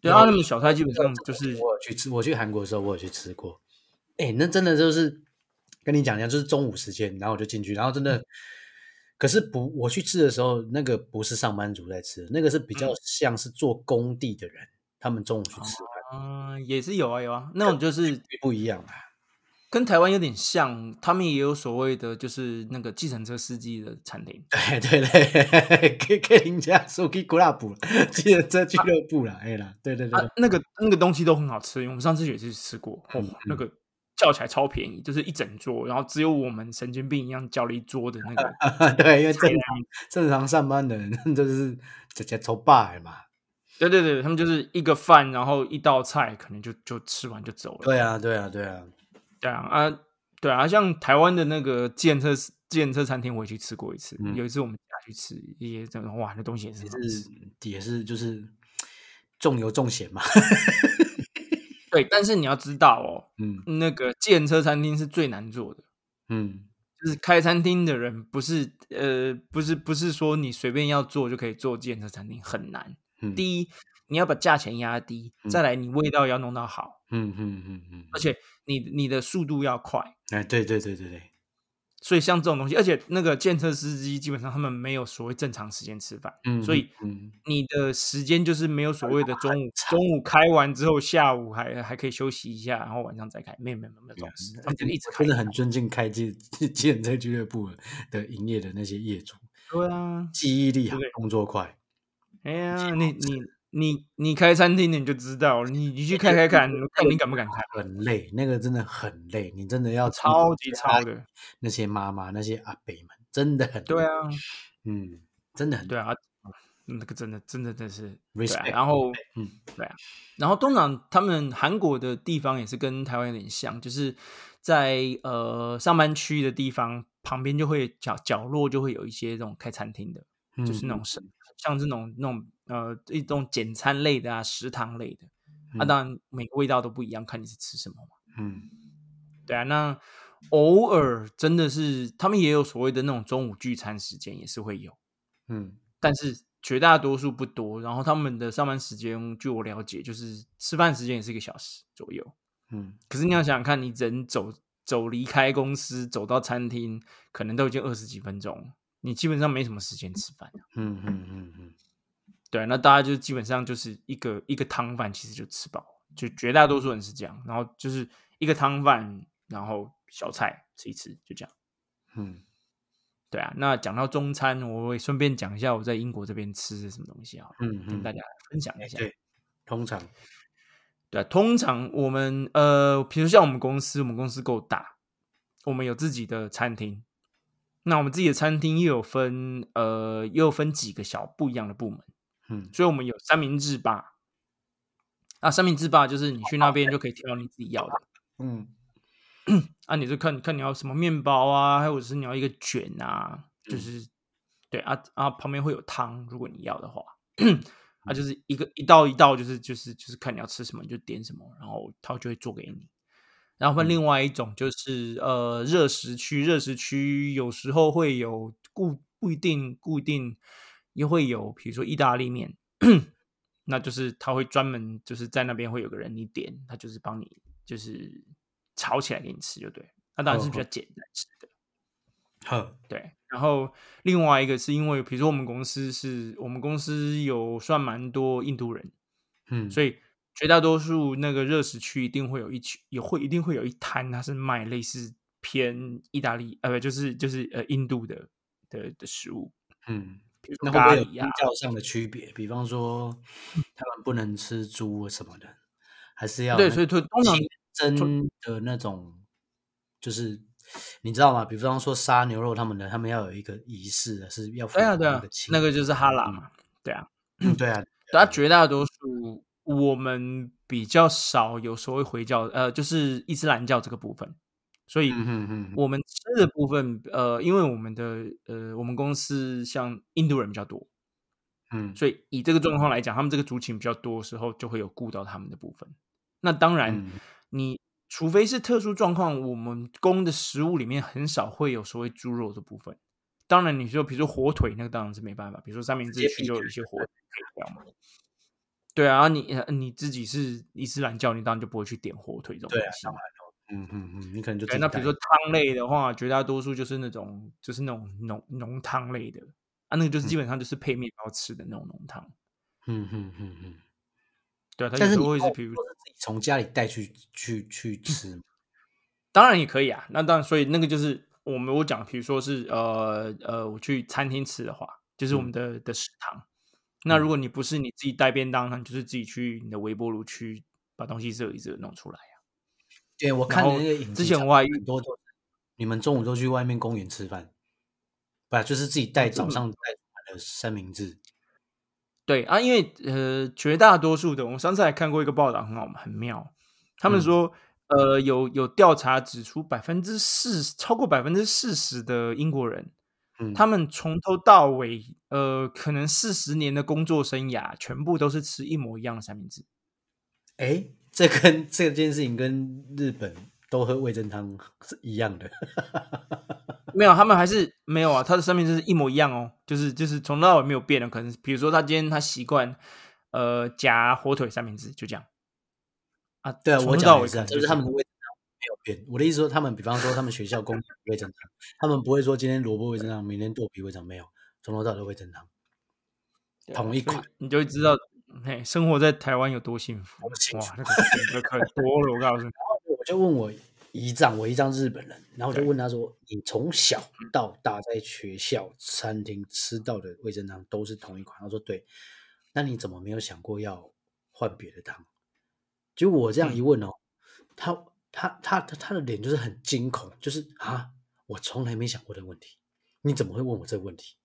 [SPEAKER 3] 对啊，他们小菜基本上就是
[SPEAKER 2] 我有去吃，我去韩国的时候我有去吃过。哎，那真的就是跟你讲一下，就是中午时间，然后我就进去，然后真的，可是不，我去吃的时候，那个不是上班族在吃，那个是比较像是做工地的人，他们中午去吃饭
[SPEAKER 3] 啊、也是有啊有啊，那种就是
[SPEAKER 2] 不一样啊。 [LAUGHS]
[SPEAKER 3] 跟台湾有点像，他们也有所谓的就是那个计程车司机的餐厅。
[SPEAKER 2] 对对对，给给人家说去古拉布，记得这俱乐部啦，哎啦，对对对
[SPEAKER 3] 啊，，那个那个东西都很好吃，因为我们上次也是吃过，哦
[SPEAKER 2] 嗯，
[SPEAKER 3] 那个叫起来超便宜，就是一整桌，然后只有我们神经病一样叫了一桌的那
[SPEAKER 2] [LAUGHS]
[SPEAKER 3] 个菜
[SPEAKER 2] 对，因为正
[SPEAKER 3] 单。
[SPEAKER 2] 正常上班的人 [LAUGHS] 就是直接抽霸的嘛。
[SPEAKER 3] 对对对，他们就是一个饭，然后一道菜，可能就就吃完就走了。
[SPEAKER 2] 对啊，对啊，对啊，
[SPEAKER 3] 对啊啊，对啊，像台湾的那个建车建车餐厅，我也去吃过一次，
[SPEAKER 2] 嗯
[SPEAKER 3] 有一次我们家去吃，也真的哇，那东西也是很好吃。
[SPEAKER 2] 是嗯也是就是重油重咸嘛。 [LAUGHS]
[SPEAKER 3] 对，但是你要知道哦，
[SPEAKER 2] 嗯
[SPEAKER 3] 那个建车餐厅是最难做的。
[SPEAKER 2] 嗯
[SPEAKER 3] 就是开餐厅的人，不是呃，不是不是说你随便要做就可以做建设餐厅，很难。
[SPEAKER 2] 嗯，
[SPEAKER 3] 第一，你要把价钱压低，
[SPEAKER 2] 嗯
[SPEAKER 3] 再来你味道要弄到好，
[SPEAKER 2] 嗯嗯嗯嗯，
[SPEAKER 3] 而且你你的速度要快。
[SPEAKER 2] 哎，对对对对对，
[SPEAKER 3] 所以像这种东西，而且那个建设司机基本上他们没有所谓正常时间吃饭，
[SPEAKER 2] 嗯，
[SPEAKER 3] 所以
[SPEAKER 2] 嗯
[SPEAKER 3] 你的时间就是没有所谓的
[SPEAKER 2] [LAUGHS]
[SPEAKER 3] 中午，中午开完之后，下午还还可以休息一下，然后晚上再开，没有没有没有没有这种事，他们就一直开
[SPEAKER 2] 嗯真。的很尊敬开 [LAUGHS] 建建这俱乐部的营业的那些业主，
[SPEAKER 3] 对啊，
[SPEAKER 2] 记忆力好
[SPEAKER 3] 对，
[SPEAKER 2] 动作快。
[SPEAKER 3] 哎呀，你你你你开餐厅的你就知道，你你去开开看，看你敢不敢开，
[SPEAKER 2] 很累，那个真的很累，你真的要尊
[SPEAKER 3] 超
[SPEAKER 2] 敬
[SPEAKER 3] 级
[SPEAKER 2] 那些
[SPEAKER 3] 超
[SPEAKER 2] 阿
[SPEAKER 3] 的。
[SPEAKER 2] 那些妈妈、那些阿伯们，真的很
[SPEAKER 3] 对
[SPEAKER 2] 累，
[SPEAKER 3] 啊，
[SPEAKER 2] 嗯，真的很
[SPEAKER 3] 对啊，那个真的真的真的是对啊。
[SPEAKER 2] Respect，
[SPEAKER 3] 然后
[SPEAKER 2] 嗯
[SPEAKER 3] 对啊，然后通常他们韩国的地方也是跟台湾有点像，就是在呃上班区的地方旁边就会角角落就会有一些这种开餐厅的，
[SPEAKER 2] 累，
[SPEAKER 3] 就是
[SPEAKER 2] 嗯
[SPEAKER 3] 那种神像这种那种呃一种简餐类的啊，食堂类的，啊，
[SPEAKER 2] 嗯
[SPEAKER 3] 当然每个味道都不一样，看你是吃什么嘛。
[SPEAKER 2] 嗯
[SPEAKER 3] 对啊，那偶尔真的是他们也有所谓的那种中午聚餐时间，也是会有，
[SPEAKER 2] 嗯
[SPEAKER 3] 但是绝大多数不多。然后他们的上班时间，据我了解，就是吃饭时间也是一个小时左右。
[SPEAKER 2] 嗯
[SPEAKER 3] 可是你要想想看，你人走走离开公司，走到餐厅，可能都已经二十几分钟了，你基本上没什么时间吃饭啊、
[SPEAKER 2] 嗯嗯嗯
[SPEAKER 3] 对啊，那大家就基本上就是一个一个汤饭，其实就吃饱了，就绝大多数人是这样。然后就是一个汤饭，然后小菜吃一吃，就这样。
[SPEAKER 2] 嗯
[SPEAKER 3] 对啊，那讲到中餐，我也顺便讲一下我在英国这边吃的什么东西啊，
[SPEAKER 2] 嗯
[SPEAKER 3] 跟大
[SPEAKER 2] 嗯，
[SPEAKER 3] 家分享一下。
[SPEAKER 2] 对，通常
[SPEAKER 3] 对啊，通常我们呃，比如像我们公司，我们公司够大，我们有自己的餐厅。那我们自己的餐厅又有分呃，又有分几个小不一样的部门，
[SPEAKER 2] 嗯
[SPEAKER 3] 所以我们有三明治吧。啊，三明治吧，就是你去那边就可以挑你自己要的，
[SPEAKER 2] 嗯
[SPEAKER 3] 啊，你就看看你要什么面包啊，还有是你要一个卷啊，就
[SPEAKER 2] 嗯
[SPEAKER 3] 是、对啊啊，旁边会有汤，如果你要的话， [CLEARS THROAT]
[SPEAKER 2] 嗯
[SPEAKER 3] 啊，就是一个一道一道，就是就是就是看你要吃什么你就点什么，然后他就会做给你。然后换
[SPEAKER 2] 嗯
[SPEAKER 3] 另外一种就是、呃热食区，热食区有时候会有固不一定固定，也会有比如说意大利面， [COUGHS] 那就是他会专门就是在那边会有个人你点，他就是帮你就是炒起来给你吃就对了。那当然是比较
[SPEAKER 2] 哦
[SPEAKER 3] 简单吃的。
[SPEAKER 2] 呵
[SPEAKER 3] 对，然后另外一个是因为，比如说我们公司是我们公司有算蛮多印度人，
[SPEAKER 2] 嗯，
[SPEAKER 3] 所以绝大多数那个热食区一定会有一区，也会一定会有一摊，它是卖类似偏意大利呃，不就是就是呃印度的的的食物，
[SPEAKER 2] 嗯，
[SPEAKER 3] 比如说
[SPEAKER 2] 那会不
[SPEAKER 3] 咖
[SPEAKER 2] 会有
[SPEAKER 3] 喱啊
[SPEAKER 2] 宗
[SPEAKER 3] 呀、
[SPEAKER 2] 教上的区别？比方说他们不能吃猪什么的，还是要
[SPEAKER 3] 对，
[SPEAKER 2] 那
[SPEAKER 3] 所以通通常
[SPEAKER 2] 清真的那种，就是你知道吗？比方说杀牛肉，他们的他们要有一个仪式的，是要符
[SPEAKER 3] 对啊
[SPEAKER 2] 合
[SPEAKER 3] 对
[SPEAKER 2] 那
[SPEAKER 3] 啊
[SPEAKER 2] 个，清
[SPEAKER 3] 那个就是哈喇
[SPEAKER 2] 嗯
[SPEAKER 3] 嘛，对啊，
[SPEAKER 2] 嗯对啊，
[SPEAKER 3] 大家绝大多数我们比较少有所谓回教，呃，就是伊斯兰教这个部分，所以
[SPEAKER 2] 嗯嗯嗯嗯
[SPEAKER 3] 我们吃的部分，呃，因为我们的呃，我们公司像印度人比较多，
[SPEAKER 2] 嗯，
[SPEAKER 3] 所以以这个状况来讲，他们这个族群比较多的时候，就会有顾到他们的部分。那当然
[SPEAKER 2] 嗯，
[SPEAKER 3] 你除非是特殊状况，我们供的食物里面很少会有所谓猪肉的部分。当然，你说比如说火腿，那个当然是没办法，比如说三明治
[SPEAKER 2] 接
[SPEAKER 3] 区
[SPEAKER 2] 避
[SPEAKER 3] 就有
[SPEAKER 2] 开
[SPEAKER 3] 一些火腿可以掉嘛。对啊，你呃你自己是伊斯兰教，你当然就不会去点火腿这种
[SPEAKER 2] 对
[SPEAKER 3] 东
[SPEAKER 2] 啊
[SPEAKER 3] 西嘛。
[SPEAKER 2] 嗯嗯嗯，你可能就自
[SPEAKER 3] 对，
[SPEAKER 2] 己
[SPEAKER 3] 那比
[SPEAKER 2] 带
[SPEAKER 3] 如说汤类的话，绝大多数就是那种就是那种浓浓汤类的啊，那个就是基本上就是配面包吃的那种浓汤。
[SPEAKER 2] 嗯嗯嗯嗯，
[SPEAKER 3] 对啊，它
[SPEAKER 2] 但是
[SPEAKER 3] 有时
[SPEAKER 2] 你
[SPEAKER 3] 候会是
[SPEAKER 2] 哦
[SPEAKER 3] 比如
[SPEAKER 2] 都是自己从家里带去去去吃嘛，
[SPEAKER 3] 当然也可以啊。那当然，所以那个就是我们我讲，比如说是呃呃，我去餐厅吃的话，就是
[SPEAKER 2] 嗯
[SPEAKER 3] 我们的、的食堂。那如果你不是你自己带便当，那你就是自己去你的微波炉去把东西热一热弄出来啊。
[SPEAKER 2] 对我
[SPEAKER 3] 然
[SPEAKER 2] 看的
[SPEAKER 3] 后
[SPEAKER 2] 那个影
[SPEAKER 3] 之
[SPEAKER 2] 集
[SPEAKER 3] 前
[SPEAKER 2] 上
[SPEAKER 3] 我还遇
[SPEAKER 2] 很多都是你们中午都去外面公园吃饭，不就是自己带
[SPEAKER 3] 真
[SPEAKER 2] 早
[SPEAKER 3] 的
[SPEAKER 2] 上带出来的三明治，
[SPEAKER 3] 对啊，因为呃，绝大多数的，我上次还看过一个报道，很好，很妙。他们
[SPEAKER 2] 嗯
[SPEAKER 3] 说，呃，有有调查指出，百分之四超过百分之四十的英国人，
[SPEAKER 2] 嗯，
[SPEAKER 3] 他们从头到尾，呃，可能四十年的工作生涯，全部都是吃一模一样的三明治。
[SPEAKER 2] 哎，这跟这件事情跟日本都喝味噌汤是一样的。
[SPEAKER 3] 没有，他们还是没有啊，他的三明治是一模一样哦，就是就是从头到尾没有变哦的。可能比如说他今天他习惯，呃，夹火腿三明治，就这样啊。
[SPEAKER 2] 对啊，
[SPEAKER 3] [LAUGHS] 从
[SPEAKER 2] 我
[SPEAKER 3] 头到
[SPEAKER 2] 讲的
[SPEAKER 3] 尾
[SPEAKER 2] 是
[SPEAKER 3] 可
[SPEAKER 2] 啊，
[SPEAKER 3] 能
[SPEAKER 2] 就是是
[SPEAKER 3] 这
[SPEAKER 2] 他
[SPEAKER 3] 样
[SPEAKER 2] 们的味噌汤没有变。我的意思说，他们比方说他们学校供应味噌汤，他们不会说今天萝卜味噌汤，明天豆皮味噌汤，没有，从头到尾都味噌汤，
[SPEAKER 3] 对啊
[SPEAKER 2] 同一
[SPEAKER 3] 所以
[SPEAKER 2] 款。
[SPEAKER 3] 你就会知道，嘿，生活在台湾有多幸福。
[SPEAKER 2] 多幸
[SPEAKER 3] 哇，那个幸福可多了，我告诉你。
[SPEAKER 2] 我就问我姨丈，我姨丈日本人，然后我就
[SPEAKER 3] 对
[SPEAKER 2] 问他说：“你从小到大在学校餐厅吃到的味噌汤都是同一款？”他说：“对。”那你怎么没有想过要换别的汤？结果我这样一问哦，他他他他他的脸就是很惊恐，就是啊，我从来没想过这个问题，你怎么会问我这个问题？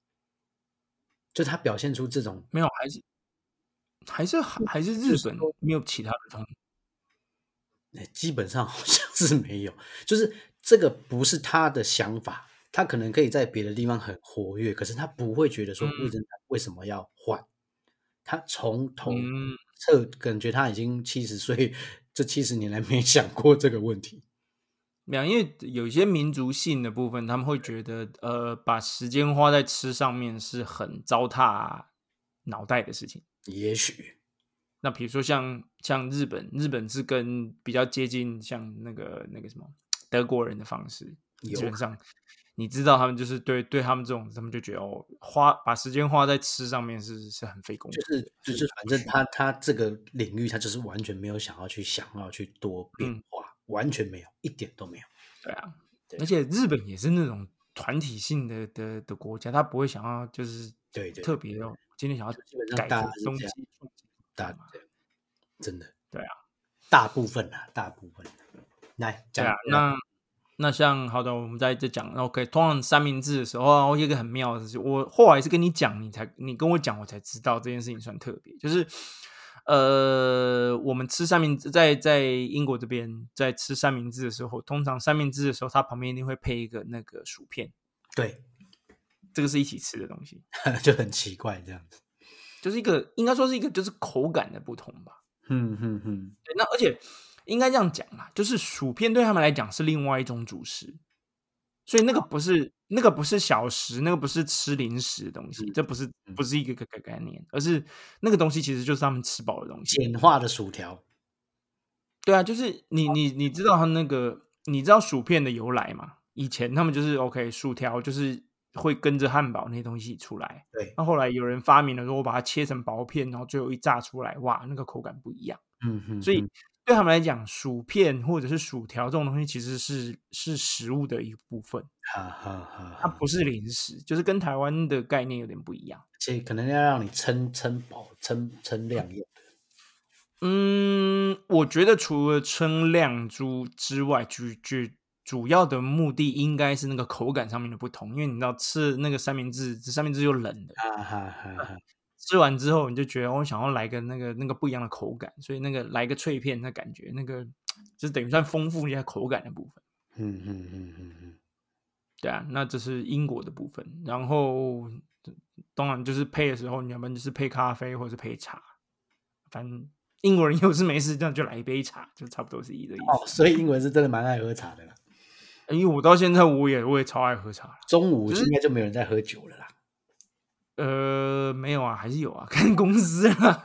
[SPEAKER 2] 就他表现出这种
[SPEAKER 3] 没有，还是还是还是
[SPEAKER 2] 就
[SPEAKER 3] 日
[SPEAKER 2] 是
[SPEAKER 3] 本
[SPEAKER 2] 说
[SPEAKER 3] 没有其他的汤。
[SPEAKER 2] 哎 [LAUGHS] 欸基本上好像是没有，就是这个不是他的想法，他可能可以在别的地方很活跃，可是他不会觉得
[SPEAKER 3] 嗯
[SPEAKER 2] 说魏征他为什么要换，他从头
[SPEAKER 3] 嗯，
[SPEAKER 2] 彻感觉他已经七十岁，这七十年来没想过这个问题。
[SPEAKER 3] 没有，因为有一些民族性的部分，他们会觉得，呃，把时间花在吃上面是很糟蹋脑袋的事情。
[SPEAKER 2] 也许
[SPEAKER 3] 那比如说像像日本，日本是跟比较接近像那个那个什么德国人的方式，基
[SPEAKER 2] 有
[SPEAKER 3] 本上你知道他们就是对对他们这种，他们就觉得哦，花把时间花在吃上面是是很费工夫
[SPEAKER 2] 就
[SPEAKER 3] 的，
[SPEAKER 2] 是就是，反正他他这个领域，他就是完全没有想要去想要去多变
[SPEAKER 3] 嗯
[SPEAKER 2] 化，完全没有，一点都没有。
[SPEAKER 3] 对啊，
[SPEAKER 2] 对
[SPEAKER 3] 而且日本也是那种团体性的的的国家，他不会想要就是
[SPEAKER 2] 对对
[SPEAKER 3] 特别哦，今天想要
[SPEAKER 2] 基本上
[SPEAKER 3] 改
[SPEAKER 2] 大
[SPEAKER 3] 革
[SPEAKER 2] 家是
[SPEAKER 3] 东
[SPEAKER 2] 这
[SPEAKER 3] 西
[SPEAKER 2] 样，
[SPEAKER 3] 创新
[SPEAKER 2] 大
[SPEAKER 3] 嘛
[SPEAKER 2] 对真的
[SPEAKER 3] 啊对啊，
[SPEAKER 2] 大部分啊，大部分来
[SPEAKER 3] 对
[SPEAKER 2] 讲呃
[SPEAKER 3] 啊，
[SPEAKER 2] 一下
[SPEAKER 3] 那那像好的，我们再再讲。OK，通常三明治的时候啊，我有一个很妙的事情，我后来是跟你讲，你才你跟我讲，我才知道这件事情算特别，就是呃，我们吃三明治，在在英国这边在吃三明治的时候，通常三明治的时候，它旁边一定会配一个那个薯片，
[SPEAKER 2] 对， [LAUGHS]
[SPEAKER 3] 这个是一起吃的东西，
[SPEAKER 2] 就很奇怪这样子。
[SPEAKER 3] 就是一个应该说是一个就是口感的不同吧。
[SPEAKER 2] 嗯嗯嗯，
[SPEAKER 3] 对，那而且应该这样讲啦，就是薯片对他们来讲是另外一种主食，所以那个
[SPEAKER 2] 哦
[SPEAKER 3] 不是那个不是小食，那个不是吃零食的东西，这不是
[SPEAKER 2] 嗯
[SPEAKER 3] 不是一个个个概念，而是那个东西其实就是他们吃饱的东西。
[SPEAKER 2] 简化的薯条，
[SPEAKER 3] 对啊，就是
[SPEAKER 2] 哦
[SPEAKER 3] 你你你知道他那个你知道薯片的由来吗？以前他们就是 OK 薯条就是会跟着汉堡那些东西一起出来，
[SPEAKER 2] 对，
[SPEAKER 3] 那后来有人发明了说我把它切成薄片，然后最后一炸出来，哇，那个口感不一样。
[SPEAKER 2] 嗯嗯，
[SPEAKER 3] 所以
[SPEAKER 2] 嗯
[SPEAKER 3] 对他们来讲，薯片或者是薯条这种东西其实是是食物的一部分，
[SPEAKER 2] 哈哈哈，
[SPEAKER 3] 它不是零食，就是跟台湾的概念有点不一样。
[SPEAKER 2] 这可能要让你撑撑饱、撑撑量用。
[SPEAKER 3] 嗯，我觉得除了称量猪之外，主主主要的目的应该是那个口感上面的不同，因为你知道吃那个三明治，这三明治又冷的，
[SPEAKER 2] 哈哈哈哈，
[SPEAKER 3] 吃完之后你就觉得哦我想要来个那个那个不一样的口感，所以那个来个脆片的感觉，那个就是等于算丰富一下口感的部分。
[SPEAKER 2] 嗯嗯嗯嗯嗯，
[SPEAKER 3] 对啊，那这是英国的部分。然后，当然就是配的时候，你要不然就是配咖啡，或者是配茶。反正英国人有事没事，这样就来一杯茶，就差不多是一个意
[SPEAKER 2] 哦，
[SPEAKER 3] 思。
[SPEAKER 2] 所以英文是真的蛮爱喝茶的啦。
[SPEAKER 3] 因为我到现在我也我也超爱喝茶了。
[SPEAKER 2] 中午
[SPEAKER 3] 嗯
[SPEAKER 2] 应该就没有人在喝酒了啦。 [LAUGHS]
[SPEAKER 3] 呃，没有啊，还是有啊， [LAUGHS] 看公司啊。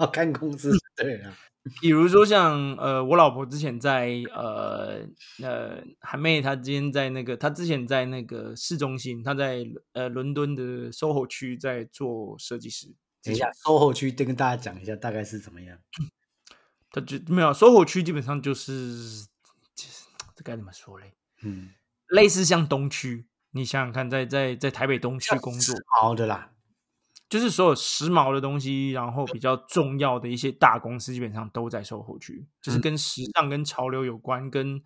[SPEAKER 2] 哦，看公司对啊，
[SPEAKER 3] 比如说像呃，我老婆之前在呃呃韩妹，她之前在那个，她之前在那个市中心，她在呃伦敦的 SOHO 区在做设计师。
[SPEAKER 2] 等一下，售后区再跟大家讲一下大概是怎么样。
[SPEAKER 3] 它就没有 SOHO 区，基本上就是就是这该怎么说嘞？
[SPEAKER 2] 嗯，
[SPEAKER 3] 类似像东区，你想想看，在在在台北东区工
[SPEAKER 2] 时 [LAUGHS]
[SPEAKER 3] 作，
[SPEAKER 2] 髦的啦，
[SPEAKER 3] 就是所有时髦的东西，然后比较重要的一些大公司，基本上都在 SOHO 区，就是跟时尚、跟潮流有关，跟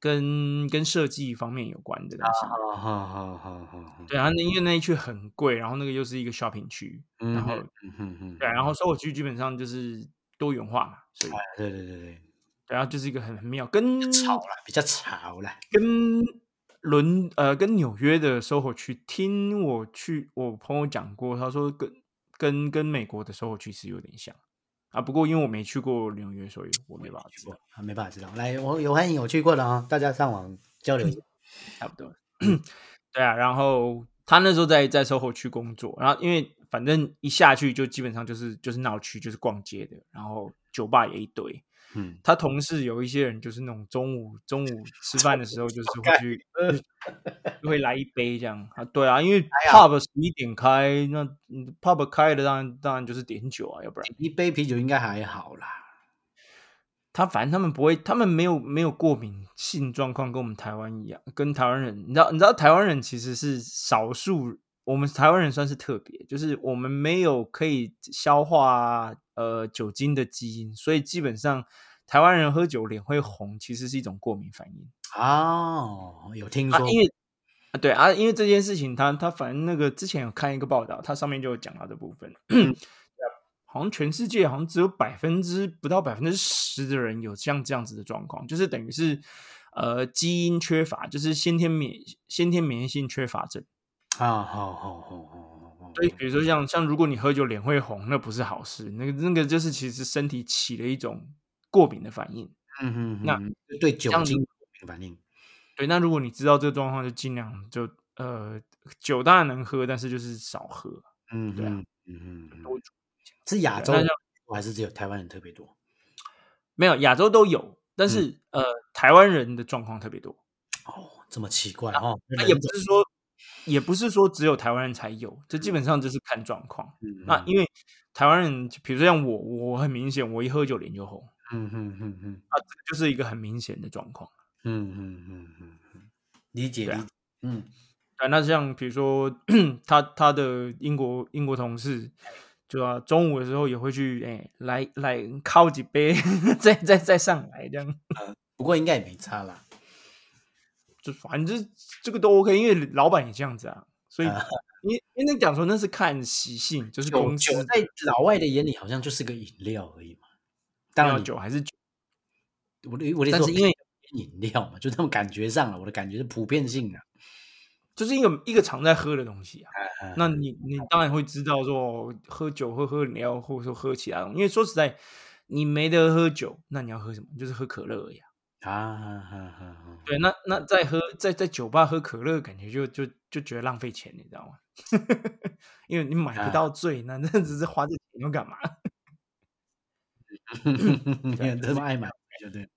[SPEAKER 3] 跟跟设计方面有关的东西。
[SPEAKER 2] 好哦好好好好，
[SPEAKER 3] 对啊，那因为那一区很贵，然后那个又是一个 shopping 区，
[SPEAKER 2] 嗯
[SPEAKER 3] 然后
[SPEAKER 2] 嗯嗯嗯，
[SPEAKER 3] 对啊，然后 SOHO 区基本上就是多元化嘛，所以
[SPEAKER 2] 对对对对，
[SPEAKER 3] 对啊，就是一个很很妙，跟
[SPEAKER 2] 吵啦，比较吵啦。
[SPEAKER 3] 跟伦呃跟纽约的 SOHO 区，听我去我朋友讲过，他说跟跟跟美国的 SOHO 区是有点像啊。不过因为我没去过纽约，所以我没办法知道，
[SPEAKER 2] 啊，没办法知道。来，我有欢迎有去过的啊，大家上网交流一下。
[SPEAKER 3] 差不 [CLEARS THROAT] 多。对啊，然后他那时候在在 SOHO 区工作，然后因为反正一下去就基本上就是就是闹区，就是逛街的，然后酒吧也一堆。
[SPEAKER 2] 嗯，
[SPEAKER 3] 他同事有一些人就是那种中午中午吃饭的时候，就是会去就会来一杯这样啊。对啊，因为 pub 十一点开，那嗯 pub 开了，当然当然就是点酒啊，要不然
[SPEAKER 2] 一杯啤酒应该还好啦。
[SPEAKER 3] 他反正他们不会，他们没有没有过敏性状况，跟我们台湾一样，跟台湾人，你知道你知道台湾人其实是少数，我们台湾人算是特别，就是我们没有可以消化呃酒精的基因，所以基本上台湾人喝酒脸会红，其实是一种过敏反应。
[SPEAKER 2] 哦，有听
[SPEAKER 3] 啊
[SPEAKER 2] 说，，
[SPEAKER 3] 因为啊，对啊，因为这件事情他，他反正那个之前有看一个报道，它上面就有讲到这部分，
[SPEAKER 2] 嗯
[SPEAKER 3] [CLEARS THROAT] 好像全世界好像只有百分之不到百分之十的人有像这样子的状况，就是等于是呃基因缺乏，就是先天免先天免疫性缺乏症。
[SPEAKER 2] 啊，好好好好好好，
[SPEAKER 3] 所以比如说像像如果你喝酒脸会红，那不是好事，那个那个就是其实身体起了一种过敏的反应。
[SPEAKER 2] 嗯哼哼，
[SPEAKER 3] 那
[SPEAKER 2] 那对酒
[SPEAKER 3] 像
[SPEAKER 2] 精
[SPEAKER 3] 你
[SPEAKER 2] 有反应，
[SPEAKER 3] 对，那如果你知道这个状况，就尽量就呃酒当然能喝，但是就是少喝。
[SPEAKER 2] 嗯
[SPEAKER 3] 对啊
[SPEAKER 2] 哼，嗯哼
[SPEAKER 3] 多
[SPEAKER 2] 哼，是亚
[SPEAKER 3] 对啊
[SPEAKER 2] 洲
[SPEAKER 3] 那
[SPEAKER 2] 人
[SPEAKER 3] 像
[SPEAKER 2] 还是只有台湾人特别多？
[SPEAKER 3] 没有亚洲都有，但
[SPEAKER 2] 嗯
[SPEAKER 3] 是、呃台湾人的状况特别多。
[SPEAKER 2] 哦，这么奇怪哦，
[SPEAKER 3] 啊那
[SPEAKER 2] 人
[SPEAKER 3] 也不
[SPEAKER 2] 种
[SPEAKER 3] 是说，也不是说只有台湾人才有，这基本上就是看状况。
[SPEAKER 2] 嗯
[SPEAKER 3] 那
[SPEAKER 2] 嗯
[SPEAKER 3] 因为台湾人，比如说像我，我很明显，我一喝酒脸就红，
[SPEAKER 2] 嗯哼哼哼。
[SPEAKER 3] 啊，这个就是一个很明显的状况。
[SPEAKER 2] 嗯嗯嗯嗯嗯，理解
[SPEAKER 3] 对啊
[SPEAKER 2] 理解，嗯
[SPEAKER 3] 对，那像比如说 [CLEARS THROAT] 他他的英国英国同事，就啊中午的时候也会去哎、来来靠几杯， [LAUGHS] 再再再上来这样，
[SPEAKER 2] 不过应该也没差啦。
[SPEAKER 3] 就反正这个都 OK，因为老板也这样子啊，所以
[SPEAKER 2] 啊
[SPEAKER 3] 因为因为讲说那是看习性，就是
[SPEAKER 2] 酒
[SPEAKER 3] 公司
[SPEAKER 2] 酒在老外的眼里好像就是个饮料而已嘛。当
[SPEAKER 3] 要
[SPEAKER 2] 然你，
[SPEAKER 3] 酒还是酒，
[SPEAKER 2] 我的我的意思
[SPEAKER 3] 但
[SPEAKER 2] 说
[SPEAKER 3] 是因为
[SPEAKER 2] 饮料嘛，就他们感觉上了，我的感觉是普遍性的。
[SPEAKER 3] 就是一个一个常在喝的东西啊。
[SPEAKER 2] 啊
[SPEAKER 3] 那你你当然会知道说喝酒喝喝饮料，或者说喝其他东西，因为说实在，你没得喝酒，那你要喝什么？就是喝可乐而已、啊。
[SPEAKER 2] 啊啊啊啊！啊
[SPEAKER 3] 对，那那在喝在在酒吧喝可乐，感觉就就就觉得浪费钱，你知道吗？ [LAUGHS] 因为你买
[SPEAKER 2] 啊
[SPEAKER 3] 不到醉，那那只是花这钱要干嘛？ [LAUGHS] 对
[SPEAKER 2] [LAUGHS]
[SPEAKER 3] 啊
[SPEAKER 2] 这么爱买，对对。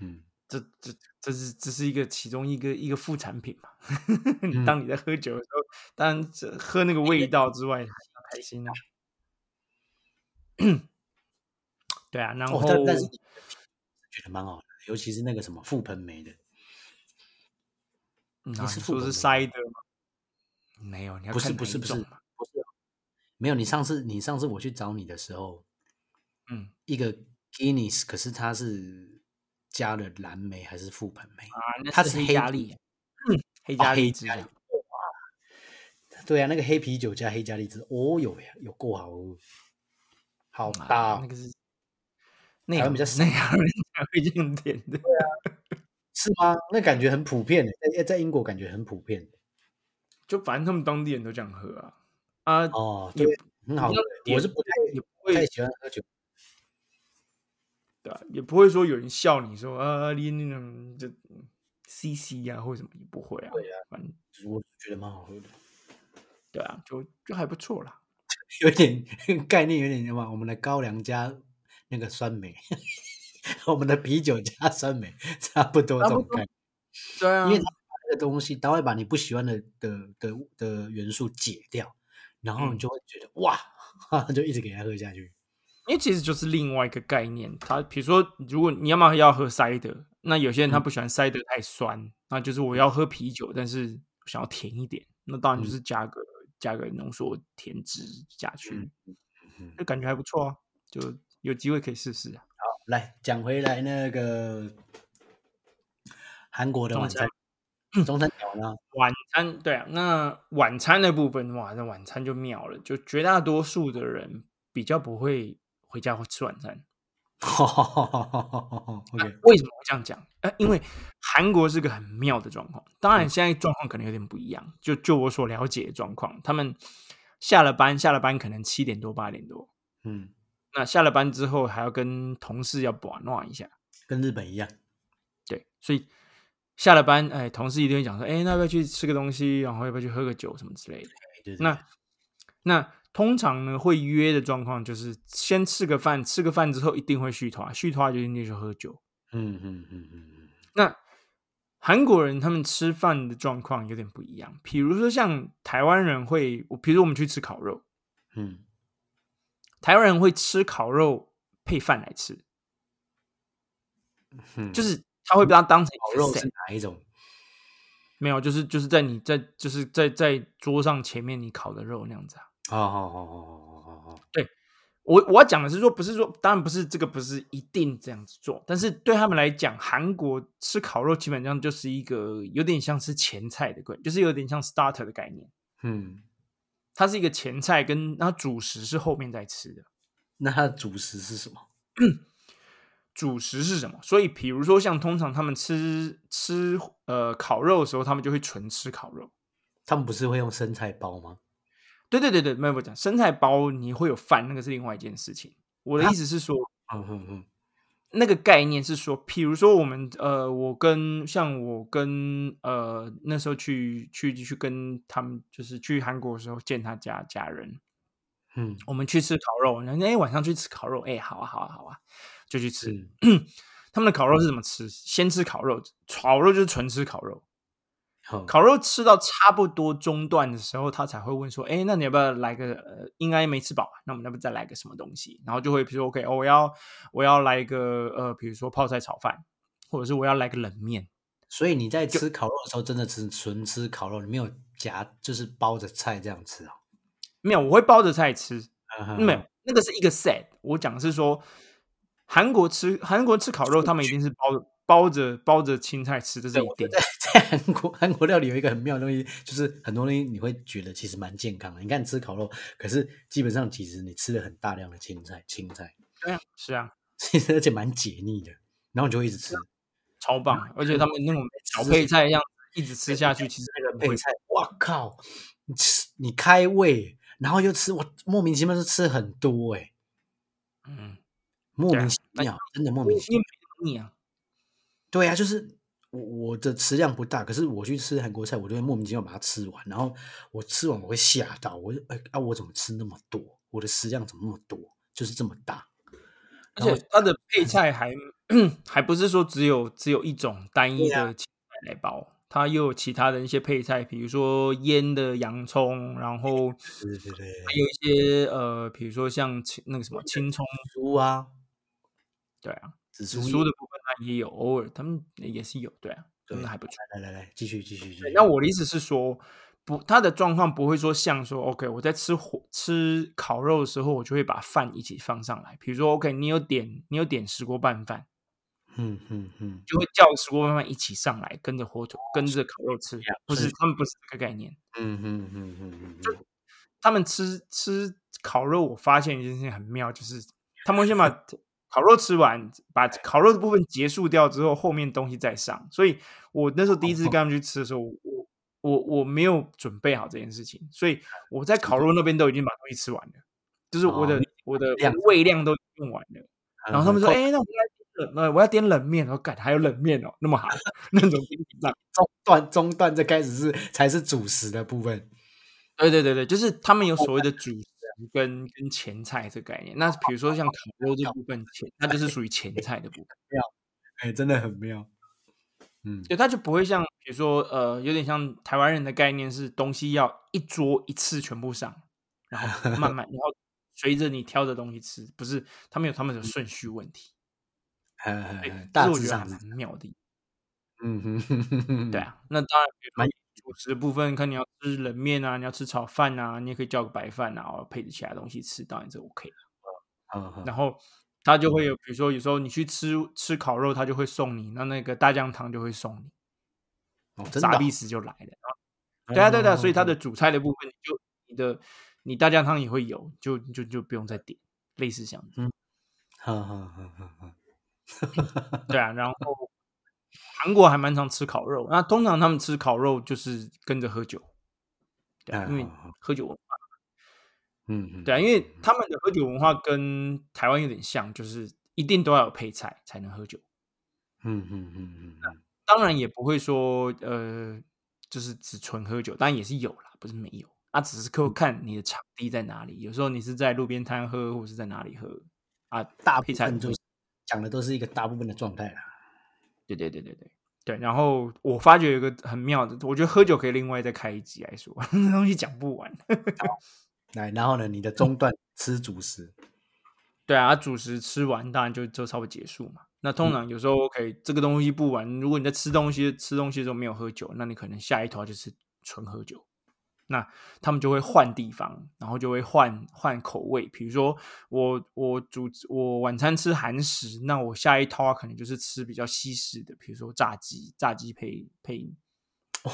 [SPEAKER 2] 嗯，
[SPEAKER 3] 这这这是这是一个其中一个一个副产品嘛？ [LAUGHS]
[SPEAKER 2] 嗯
[SPEAKER 3] 当你在喝酒的时候，当然这喝那个味道之外，还要开心啊。 [COUGHS] 对啊，然后、
[SPEAKER 2] 哦，但但是觉得蛮好的，尤其是那个什么覆盆梅的，
[SPEAKER 3] 嗯
[SPEAKER 2] 你
[SPEAKER 3] 啊
[SPEAKER 2] 是
[SPEAKER 3] 你
[SPEAKER 2] 副本
[SPEAKER 3] 说是
[SPEAKER 2] 吗
[SPEAKER 3] 塞的吗？没有，你要
[SPEAKER 2] 不是
[SPEAKER 3] 看
[SPEAKER 2] 不
[SPEAKER 3] 哪
[SPEAKER 2] 是
[SPEAKER 3] 一
[SPEAKER 2] 不是
[SPEAKER 3] 种
[SPEAKER 2] 不
[SPEAKER 3] 嘛
[SPEAKER 2] 是，没有。你上次你上次我去找你的时候，
[SPEAKER 3] 嗯
[SPEAKER 2] 一个 Guinness，可是它是加了蓝莓还是覆盆梅？
[SPEAKER 3] 啊，那
[SPEAKER 2] 它
[SPEAKER 3] 是
[SPEAKER 2] 是
[SPEAKER 3] 黑
[SPEAKER 2] 黑
[SPEAKER 3] 加
[SPEAKER 2] 啤
[SPEAKER 3] 力，嗯，黑加
[SPEAKER 2] 黑
[SPEAKER 3] 力之
[SPEAKER 2] 加
[SPEAKER 3] 类
[SPEAKER 2] 力对啊，那个黑啤酒加黑加荔枝，哦哟呀，有够好喝，好
[SPEAKER 3] 啊
[SPEAKER 2] 大、哦
[SPEAKER 3] 那个是那
[SPEAKER 2] 台湾
[SPEAKER 3] 样
[SPEAKER 2] 比较
[SPEAKER 3] 那样人才会这样点的。
[SPEAKER 2] 是吗？那感觉很普遍的，在在英国感觉很普遍
[SPEAKER 3] 就反正他们当地人都这样喝啊啊，
[SPEAKER 2] 哦，
[SPEAKER 3] 也
[SPEAKER 2] 对，很好
[SPEAKER 3] 你
[SPEAKER 2] 喝
[SPEAKER 3] 要。
[SPEAKER 2] 我
[SPEAKER 3] 点
[SPEAKER 2] 是不
[SPEAKER 3] 也不
[SPEAKER 2] 太不太
[SPEAKER 3] 会
[SPEAKER 2] 喜欢喝酒，
[SPEAKER 3] 对啊，也不会说有人笑你说啊，你那种就 C C 呀或者什么，也不会啊。
[SPEAKER 2] 对啊
[SPEAKER 3] 反正
[SPEAKER 2] 我觉得蛮好喝的，
[SPEAKER 3] 对啊，就就还不错啦。
[SPEAKER 2] 有点概念，有点什么？我们的高粱加那个酸梅， [LAUGHS] 我们的啤酒加酸梅，差不多这
[SPEAKER 3] 差不
[SPEAKER 2] 种
[SPEAKER 3] 多
[SPEAKER 2] 概念。
[SPEAKER 3] 对啊
[SPEAKER 2] 因为它把那个东西，它会把你不喜欢的的的的元素解掉，然后你
[SPEAKER 3] 嗯
[SPEAKER 2] 就会觉得、哇， [LAUGHS] 就一直给它喝下去。
[SPEAKER 3] 因为其实就是另外一个概念。它比如说，如果你要么要喝塞德，那有些人
[SPEAKER 2] 嗯
[SPEAKER 3] 他不喜欢塞德太酸，那就是我要喝啤酒，但是想要甜一点，那
[SPEAKER 2] 嗯
[SPEAKER 3] 当然就是加个、加个浓缩甜汁下去
[SPEAKER 2] 嗯，嗯
[SPEAKER 3] 就感觉还不错啊。就有机会可以试试啊。
[SPEAKER 2] 来讲回来那个韩国的
[SPEAKER 3] 中
[SPEAKER 2] 晚餐，中餐讲完 [LAUGHS] 了，
[SPEAKER 3] 晚餐对啊，那晚餐的部分哇，那晚餐就妙了，就绝大多数的人比较不会回家吃晚餐。啊
[SPEAKER 2] OK，
[SPEAKER 3] 为什么会这样讲？呃，因为韩国是个很妙的状况。当然，现在状况可能有点不一样。就就我所了解的状况，他们下了班，下了班可能七点多、八点多。
[SPEAKER 2] 嗯，
[SPEAKER 3] 那下了班之后，还要跟同事要玩弄一下。
[SPEAKER 2] 跟日本一样，
[SPEAKER 3] 对，所以下了班，哎，同事一定会讲说，哎，那要不要去吃个东西？然后要不要去喝个酒什么之类的？
[SPEAKER 2] 对对对
[SPEAKER 3] 那那通常呢，会约的状况就是先吃个饭，吃个饭之后一定会续团，续团就一定去喝酒。
[SPEAKER 2] 嗯嗯嗯嗯
[SPEAKER 3] 那韩国人他们吃饭的状况有点不一样，比如说像台湾人会，我比如说我们去吃烤肉，
[SPEAKER 2] 嗯嗯，
[SPEAKER 3] 台湾人会吃烤肉配饭来吃，
[SPEAKER 2] 嗯
[SPEAKER 3] 就是他会把它当成
[SPEAKER 2] 烤
[SPEAKER 3] 一个
[SPEAKER 2] 肉是
[SPEAKER 3] set，
[SPEAKER 2] 哪一种？
[SPEAKER 3] 没有，就是就是在你在就是在在桌上前面你烤的肉那样子啊。
[SPEAKER 2] 哦哦哦哦哦哦哦，
[SPEAKER 3] 我我要讲的是说，不是说，当然不是这个，不是一定这样子做，但是对他们来讲，韩国吃烤肉基本上就是一个有点像是前菜的概念，就是有点像 starter 的概念，
[SPEAKER 2] 嗯，
[SPEAKER 3] 它是一个前菜跟，它主食是后面再吃的。
[SPEAKER 2] 那它的主食是什么？
[SPEAKER 3] 主食是什么。所以，比如说像通常他们吃吃呃烤肉的时候，他们就会纯吃烤肉。
[SPEAKER 2] 他们不是会用生菜包吗？
[SPEAKER 3] 对对对对，没有我讲生菜包你会有饭，那个是另外一件事情。我的意思是说，
[SPEAKER 2] 嗯嗯嗯，
[SPEAKER 3] 那个概念是说，比如说我们呃，我跟像我跟呃那时候去去去跟他们，就是去韩国的时候见他家家人，
[SPEAKER 2] 嗯，
[SPEAKER 3] 我们去吃烤肉，那哎晚上去吃烤肉，哎好啊好啊好啊，就去吃。
[SPEAKER 2] 是
[SPEAKER 3] 他们的烤肉是怎么吃？先吃烤肉，烤肉就是纯吃烤肉，
[SPEAKER 2] 好，
[SPEAKER 3] 烤肉吃到差不多中段的时候，他才会问说：“哎，那你要不要来个？呃、应该没吃饱吧？那我们要不再来个什么东西？”然后就会比如说：“OK，、哦、我要我要来一个呃，比如说泡菜炒饭，或者是我要来个冷面。
[SPEAKER 2] 所以你在吃烤肉的时候，真的只纯吃烤肉，你没有夹，就是包着菜这样吃啊？”
[SPEAKER 3] 没有，我会包着菜吃。
[SPEAKER 2] 嗯
[SPEAKER 3] 啊没有，那个是一个 set。我讲的是说，韩国吃韩国吃烤肉，他们一定是包着包着包着青菜吃，这是一定。
[SPEAKER 2] 在在韩国，韩国料理有一个很妙的东西，就是很多东西你会觉得其实蛮健康的。你看吃烤肉，可是基本上其实你吃了很大量的青菜，青菜， [LAUGHS]
[SPEAKER 3] 对啊，是啊，
[SPEAKER 2] 其实而且蛮解腻的，然后你就会一直吃。
[SPEAKER 3] 超
[SPEAKER 2] 嗯
[SPEAKER 3] 棒！而且他们
[SPEAKER 2] [LAUGHS]
[SPEAKER 3] 那种小配菜一样，一直吃下去，其实
[SPEAKER 2] 那个
[SPEAKER 3] 不会
[SPEAKER 2] 配菜，哇靠，你吃你开胃，然后又吃，我莫名其妙就吃很多哎、
[SPEAKER 3] 嗯。
[SPEAKER 2] 莫
[SPEAKER 3] 对啊
[SPEAKER 2] 名其
[SPEAKER 3] 那
[SPEAKER 2] 妙，真的莫
[SPEAKER 3] 因
[SPEAKER 2] 名
[SPEAKER 3] 为
[SPEAKER 2] 其妙。
[SPEAKER 3] 因为没腻啊，
[SPEAKER 2] 对啊，就是我我的食量不大，可是我去吃韩国菜，我就会莫名其妙把它吃完，然后我吃完我会吓到，我就哎啊，我怎么吃那么多？我的食量怎么那么多？就是这么大。
[SPEAKER 3] 而
[SPEAKER 2] 然后嗯
[SPEAKER 3] 且它的配菜还 [CLEARS THROAT] 还不是说只有只有一种单一
[SPEAKER 2] 对啊
[SPEAKER 3] 的青菜来包，它又有其他的一些配菜，比如说腌的洋葱，然后还
[SPEAKER 2] 对对对，
[SPEAKER 3] 有一些呃，比如说像青那个什么青葱，
[SPEAKER 2] 猪啊，
[SPEAKER 3] 对啊，
[SPEAKER 2] 紫
[SPEAKER 3] 紫
[SPEAKER 2] 苏
[SPEAKER 3] 苏的部分它也有，偶尔他们也是有，对啊，真
[SPEAKER 2] 对
[SPEAKER 3] 的还不错。
[SPEAKER 2] 来来来，继续继续继续
[SPEAKER 3] 对。那我的意思是说，不，他的状况不会说像说，OK，我在吃火吃烤肉的时候，我就会把饭一起放上来。比如说，OK，你有点你有点石锅拌饭，
[SPEAKER 2] 嗯嗯嗯，
[SPEAKER 3] 就会叫石锅拌饭一起上来，跟着火腿跟着烤肉吃
[SPEAKER 2] 样，
[SPEAKER 3] 不是
[SPEAKER 2] 是
[SPEAKER 3] 他们不是这个概念。
[SPEAKER 2] 嗯嗯嗯嗯嗯，
[SPEAKER 3] 他们吃吃烤肉，我发现一件事情很妙，就是他们会
[SPEAKER 2] [LAUGHS]
[SPEAKER 3] 先把烤肉吃完，把烤肉的部分结束掉之后，后面东西再上。所以我那时候第一次跟
[SPEAKER 2] 哦
[SPEAKER 3] 他们去吃的时候，我我我没有准备好这件事情，所以我在烤肉那边都已经把东西吃完了，就是我的、
[SPEAKER 2] 哦
[SPEAKER 3] 我的
[SPEAKER 2] 量
[SPEAKER 3] 胃量都用完了。然后他们说：“
[SPEAKER 2] 嗯
[SPEAKER 3] 哎、那我们来点冷，呃我要点冷面。”我说：“干，还有冷面哦，那么好，那种冰淇淋上
[SPEAKER 2] 中断中断，这开始是才是主食的部分。
[SPEAKER 3] 对对对对，就是他们有
[SPEAKER 2] 哦
[SPEAKER 3] 所谓的主食啊跟跟前菜这个概念。那比如说像烤肉这部分，前它就是属于前菜的部分，
[SPEAKER 2] 哎，真的很妙。嗯，
[SPEAKER 3] 对，它就不会像比如说呃，有点像台湾人的概念是东西要一桌一次全部上，然后慢慢，然后随着你挑着东西吃，不是他们有他们的顺序问题。对，
[SPEAKER 2] 呃
[SPEAKER 3] 这
[SPEAKER 2] 大
[SPEAKER 3] 是我
[SPEAKER 2] 致
[SPEAKER 3] 觉得还
[SPEAKER 2] 上是
[SPEAKER 3] 蛮妙的。
[SPEAKER 2] 嗯哼哼哼哼，
[SPEAKER 3] 对，啊，那当然，比如
[SPEAKER 2] 蛮
[SPEAKER 3] 说主食的部分，看你要吃冷面啊，你要吃炒饭啊，你也可以叫个白饭啊，配着其他东西吃，当然这 OK。
[SPEAKER 2] 嗯哼
[SPEAKER 3] 然后他就会有，比如说有时候你去吃吃烤肉，他就会送你，那那个大酱汤就会送你，
[SPEAKER 2] 哦，真的
[SPEAKER 3] 傻
[SPEAKER 2] 啊
[SPEAKER 3] 逼，死就来了。然后对啊，对啊对啊，所以它
[SPEAKER 2] 嗯
[SPEAKER 3] 的主菜的部分，你就你的你大酱汤也会有，就就就不用再点，类似像
[SPEAKER 2] 哼哼哼哼哼
[SPEAKER 3] 对
[SPEAKER 2] [LAUGHS]
[SPEAKER 3] 啊，然后韩国还蛮常吃烤肉，那通常他们吃烤肉就是跟着喝酒，对、啊，因为
[SPEAKER 2] 嗯好好
[SPEAKER 3] 喝酒文化，
[SPEAKER 2] 嗯嗯，
[SPEAKER 3] 对啊，因为他们的喝酒文化跟台湾有点像，就是一定都要有配菜才能喝酒。
[SPEAKER 2] 嗯嗯嗯嗯嗯，
[SPEAKER 3] 当然也不会说呃，就是只纯喝酒，当然也是有啦，不是没有。啊，只是看看你的场地在哪里，有时候你是在路边摊喝，或是在哪里喝啊。
[SPEAKER 2] 大
[SPEAKER 3] 配
[SPEAKER 2] 部
[SPEAKER 3] 菜
[SPEAKER 2] 分
[SPEAKER 3] 不
[SPEAKER 2] 就
[SPEAKER 3] 会
[SPEAKER 2] 是讲的都是一个大部分的状态啦。
[SPEAKER 3] 对对对对对对。然后我发觉有一个很妙的，我觉得喝酒可以另外再开一集来说， [LAUGHS] 那东西讲不完。
[SPEAKER 2] 来，然后呢，你的中
[SPEAKER 3] [LAUGHS]
[SPEAKER 2] 断吃主食，
[SPEAKER 3] 对啊，主食吃完当然就就稍微结束嘛。那通常有时候 OK，这个东西不完，如果你在吃东西吃东西的时候没有喝酒，那你可能下一头就是纯喝酒。那他们就会换地方，然后就会换换口味。比如说我我主我晚餐吃韩食，那我下一套啊可能就是吃比较西式的，比如说炸鸡，炸鸡配配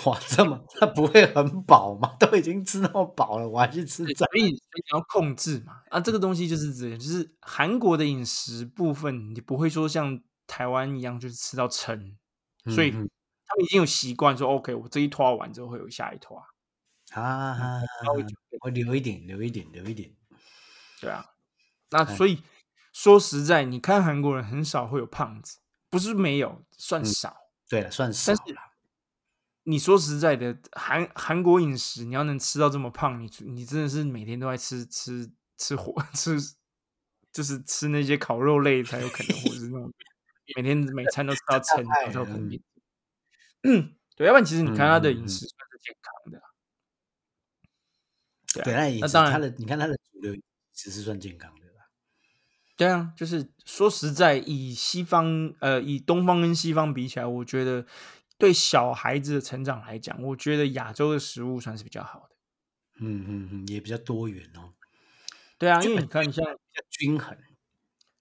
[SPEAKER 2] 哇，这么那不会很饱吗？都已经吃那么饱了，我还去吃
[SPEAKER 3] 对
[SPEAKER 2] 这
[SPEAKER 3] 所以所以你要控制嘛。啊，这个东西就是这样，就是韩国的饮食部分，你不会说像台湾一样就是吃到撑，所以
[SPEAKER 2] 嗯嗯
[SPEAKER 3] 他们已经有习惯说，OK，我这一拖完之后会有下一拖，
[SPEAKER 2] 啊，
[SPEAKER 3] 稍微准备
[SPEAKER 2] 我留一点，留一点，留一点。
[SPEAKER 3] 对啊。那所以说实在，你看韩国人很少会有胖子，不是没有，算
[SPEAKER 2] 嗯
[SPEAKER 3] 少。
[SPEAKER 2] 对了，算少
[SPEAKER 3] 但是
[SPEAKER 2] 了。
[SPEAKER 3] 你说实在的，韩韩国饮食，你要能吃到这么胖，你你真的是每天都在吃吃吃火 [LAUGHS] 吃，就是吃那些烤肉类才有可能，或者是
[SPEAKER 2] [LAUGHS]
[SPEAKER 3] 那种每天每餐都吃到撑，
[SPEAKER 2] 害
[SPEAKER 3] 然后才有可能
[SPEAKER 2] 人
[SPEAKER 3] 变 [CLEARS THROAT] 对，要不然其实你看他的
[SPEAKER 2] 啊嗯嗯
[SPEAKER 3] 饮
[SPEAKER 2] 嗯
[SPEAKER 3] 食算是健康的啊，对啊啊
[SPEAKER 2] 对，那饮
[SPEAKER 3] 那
[SPEAKER 2] 食
[SPEAKER 3] 当
[SPEAKER 2] 它
[SPEAKER 3] 然
[SPEAKER 2] 的，你看它的主流其实是算健康的吧？
[SPEAKER 3] 对啊，就是说实在，以西方呃，以东方跟西方比起来，我觉得对小孩子的成长来讲，我觉得亚洲的食物算是比较好的。
[SPEAKER 2] 嗯嗯嗯，也比较多元哦，
[SPEAKER 3] 对啊，
[SPEAKER 2] 就
[SPEAKER 3] 因为
[SPEAKER 2] 很
[SPEAKER 3] 你看，你像
[SPEAKER 2] 比较均衡。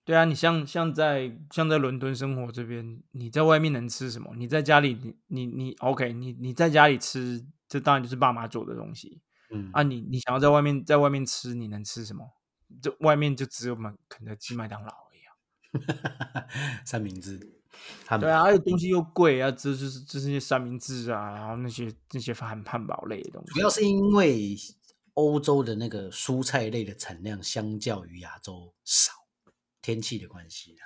[SPEAKER 3] 对啊，你像像在像在伦敦生活这边，你在外面能吃什么？你在家里你你你 OK，你你在家里吃，这当然就是爸妈做的东西
[SPEAKER 2] 嗯
[SPEAKER 3] 啊。你你想要在外面在外面吃，你能吃什么？这外面就只有麦肯德基、麦当劳而已啊。
[SPEAKER 2] [LAUGHS] 三明治，汉
[SPEAKER 3] 对
[SPEAKER 2] 堡，
[SPEAKER 3] 啊，而且东西又贵啊，这就是就是那些三明治啊，然后那些那些汉汉堡类的东
[SPEAKER 2] 主
[SPEAKER 3] 西。
[SPEAKER 2] 要是因为欧洲的那个蔬菜类的产量相较于亚洲少，天气的关系啊。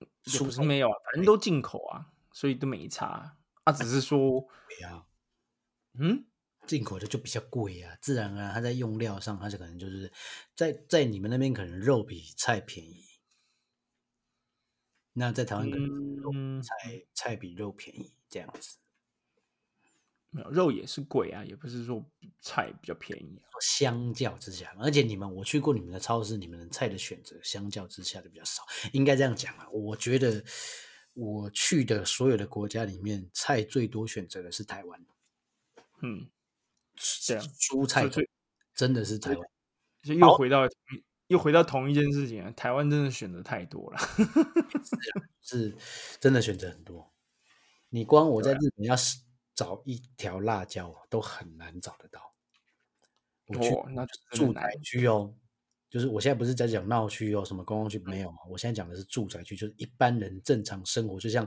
[SPEAKER 3] 也不
[SPEAKER 2] 蔬
[SPEAKER 3] 是
[SPEAKER 2] 菜
[SPEAKER 3] 没有啊，反正都进口啊，所以都没差啊。啊只是说，
[SPEAKER 2] 贵啊，
[SPEAKER 3] 嗯，
[SPEAKER 2] 进口的就比较贵啊，自然而然它在用料上，它就可能就是在在你们那边可能肉比菜便宜，那在台湾可能肉比
[SPEAKER 3] 嗯
[SPEAKER 2] 菜、菜比肉便宜这样子。
[SPEAKER 3] 没有肉也是贵啊，也不是说菜比较便宜啊。
[SPEAKER 2] 相较之下，而且你们我去过你们的超市，你们的菜的选择相较之下的比较少，应该这样讲啊。我觉得我去的所有的国家里面，菜最多选择的是台湾，
[SPEAKER 3] 嗯，对啊，
[SPEAKER 2] 蔬菜
[SPEAKER 3] 所以
[SPEAKER 2] 真的是台湾。
[SPEAKER 3] 就又回到同一又回到同一件事情啊，台湾真的选择太多了。
[SPEAKER 2] 是真的选择很多。你光我在
[SPEAKER 3] 啊
[SPEAKER 2] 日本要是找一条辣椒啊都很难找得到。我去
[SPEAKER 3] 哦那真的
[SPEAKER 2] 住
[SPEAKER 3] 难
[SPEAKER 2] 宅区哦，就是我现在不是在讲闹区哦，什么观光区没有嘛？我现在讲的是住宅区，就是一般人正常生活，就像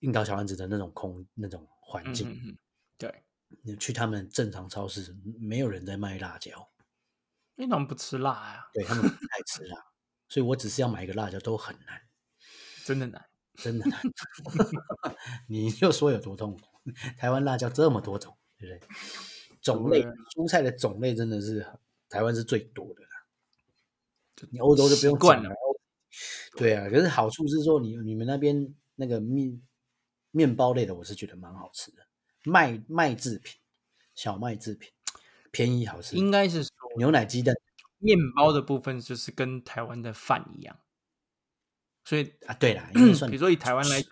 [SPEAKER 2] 樱桃小丸子的那种空那种环
[SPEAKER 3] 嗯
[SPEAKER 2] 境。
[SPEAKER 3] 嗯嗯，对，因
[SPEAKER 2] 你去他们正常超市，没有人在卖辣椒，
[SPEAKER 3] 为他们不吃辣啊，
[SPEAKER 2] 对他们不太吃辣，所以我只是要买一个辣椒都很难。
[SPEAKER 3] 真的难。
[SPEAKER 2] 真的难，你就说有多痛苦。台湾辣椒这么多种，对不对？种类
[SPEAKER 3] 对
[SPEAKER 2] 蔬菜的种类真的是很台湾是最多的啦
[SPEAKER 3] 就。
[SPEAKER 2] 你欧洲就不
[SPEAKER 3] 习
[SPEAKER 2] 用
[SPEAKER 3] 惯
[SPEAKER 2] 讲
[SPEAKER 3] 了
[SPEAKER 2] 对啊，可是好处是说你你们那边那个面面包类的，我是觉得蛮好吃的，麦麦制品、小麦制品便宜好吃，
[SPEAKER 3] 应该是说
[SPEAKER 2] 牛奶鸡蛋
[SPEAKER 3] 面包的部分就是跟台湾的饭一样，所以
[SPEAKER 2] 啊，对啦，
[SPEAKER 3] [CLEARS THROAT]
[SPEAKER 2] 应该算
[SPEAKER 3] 比如说以台湾来讲，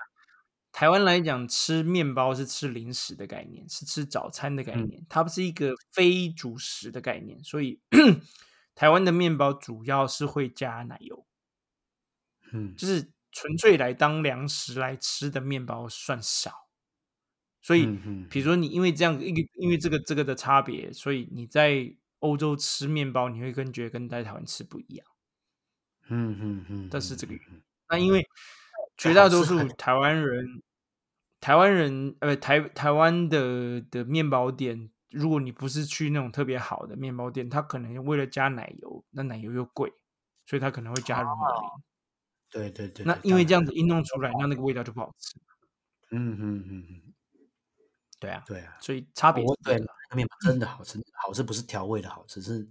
[SPEAKER 3] 台湾来讲吃面包是吃零食的概念，是吃早餐的概
[SPEAKER 2] 嗯
[SPEAKER 3] 念，它不是一个非主食的概念，所以 [CLEARS THROAT] 台湾的面包主要是会加奶油，
[SPEAKER 2] 嗯
[SPEAKER 3] 就是纯粹来当粮食来吃的面包算少，所以。
[SPEAKER 2] 嗯嗯
[SPEAKER 3] 比如说你因为这样一个，因为这个这个的差别，所以你在欧洲吃面包，你会跟觉得跟在台湾吃不一样。
[SPEAKER 2] 嗯嗯嗯，
[SPEAKER 3] 但是这
[SPEAKER 2] 嗯
[SPEAKER 3] 个
[SPEAKER 2] 嗯
[SPEAKER 3] 那
[SPEAKER 2] [LAUGHS]
[SPEAKER 3] 因为绝
[SPEAKER 2] 好
[SPEAKER 3] 大多
[SPEAKER 2] 吃
[SPEAKER 3] 数
[SPEAKER 2] 很
[SPEAKER 3] 台湾人，台湾人呃台台湾的的面包店，如果你不是去那种特别好的面包店，它可能为了加奶油，那奶油又贵，所以它可能会加乳酪林。
[SPEAKER 2] 对对哦对，
[SPEAKER 3] 那
[SPEAKER 2] 对
[SPEAKER 3] 因为
[SPEAKER 2] 当
[SPEAKER 3] 这样子一弄出来，那那个味道就不好吃。
[SPEAKER 2] 然嗯嗯嗯嗯。
[SPEAKER 3] 对啊，
[SPEAKER 2] 对啊，
[SPEAKER 3] 所以差别
[SPEAKER 2] 我
[SPEAKER 3] 是这
[SPEAKER 2] 对
[SPEAKER 3] 个
[SPEAKER 2] 那
[SPEAKER 3] 啦
[SPEAKER 2] 个面包真的好吃，好吃不是调味的好吃，是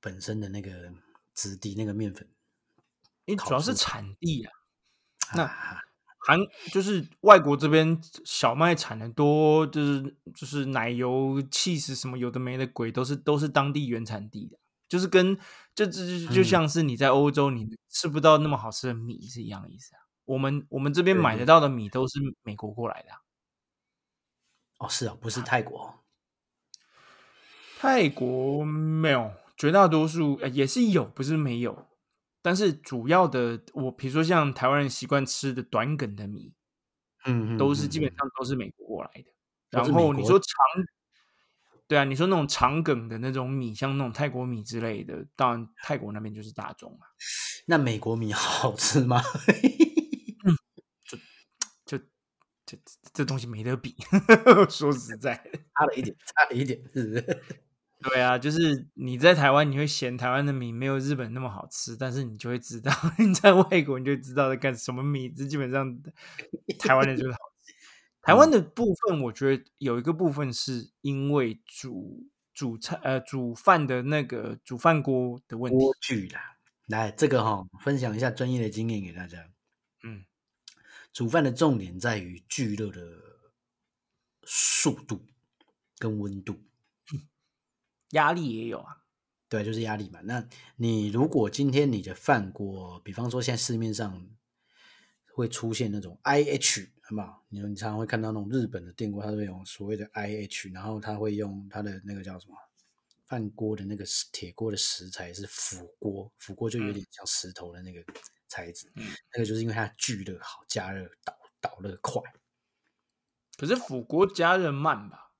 [SPEAKER 2] 本身的那个质地、那个面粉。
[SPEAKER 3] 因为主要是
[SPEAKER 2] 烤出
[SPEAKER 3] 产地啊。那
[SPEAKER 2] 啊、
[SPEAKER 3] 韩就是外国这边小麦产的多，就是就是奶油、气死什么有的没的鬼，都是都是当地原产地的，就是跟就就就
[SPEAKER 2] 嗯
[SPEAKER 3] 像是你在欧洲你吃不到那么好吃的米是一样的意思啊。我们我们这边
[SPEAKER 2] 对
[SPEAKER 3] 买
[SPEAKER 2] 对
[SPEAKER 3] 得到的米都是美国过来的啊、
[SPEAKER 2] 哦，是啊，不是泰国，
[SPEAKER 3] 泰国没有，绝大多数、呃、也是有，不是没有。但是主要的，我比如说像台湾人习惯吃的短梗的米，
[SPEAKER 2] 嗯，嗯
[SPEAKER 3] 都是基本
[SPEAKER 2] 嗯
[SPEAKER 3] 上都是美国过来的。
[SPEAKER 2] 都是
[SPEAKER 3] 然
[SPEAKER 2] 美
[SPEAKER 3] 后你
[SPEAKER 2] 国
[SPEAKER 3] 说长，对啊，你说那种长梗的那种米，像那种泰国米之类的，当然泰国那边就是大众啊，
[SPEAKER 2] 那美国米 [LAUGHS] 好吃吗？
[SPEAKER 3] 就这这这东西没得比。 [LAUGHS] 说实在的，
[SPEAKER 2] 差了一点，差了一点，是不 [LAUGHS] 是？
[SPEAKER 3] 对啊，就是你在台湾你会嫌台湾的米没有日本那么好吃，但是你就会知道 [LAUGHS] 你在外国你就知道在干什么米，这基本 [LAUGHS] 上台湾的就是好吃。台湾的部分，我觉得有一个部分是因为煮煮菜呃煮饭的那个煮饭锅的问题
[SPEAKER 2] 锅，具啦，来这个哈、分享一下专业的经验给大家。
[SPEAKER 3] 嗯，
[SPEAKER 2] 煮饭的重点在于聚热的速度跟温度，
[SPEAKER 3] 压力也有啊，
[SPEAKER 2] 对，就是压力嘛。那你如果今天你的饭锅，比方说现在市面上会出现那种 IH，好不好？你你常常会看到那种日本的电锅，它会用所谓的 IH，然后它会用它的那个叫什么饭锅的那个石铁锅的食材是釜锅，釜锅就有
[SPEAKER 3] 嗯
[SPEAKER 2] 点像石头的那个材质，
[SPEAKER 3] 嗯
[SPEAKER 2] 那个就是因为它聚热好，加热导导热快。
[SPEAKER 3] 可是腐锅加热慢吧，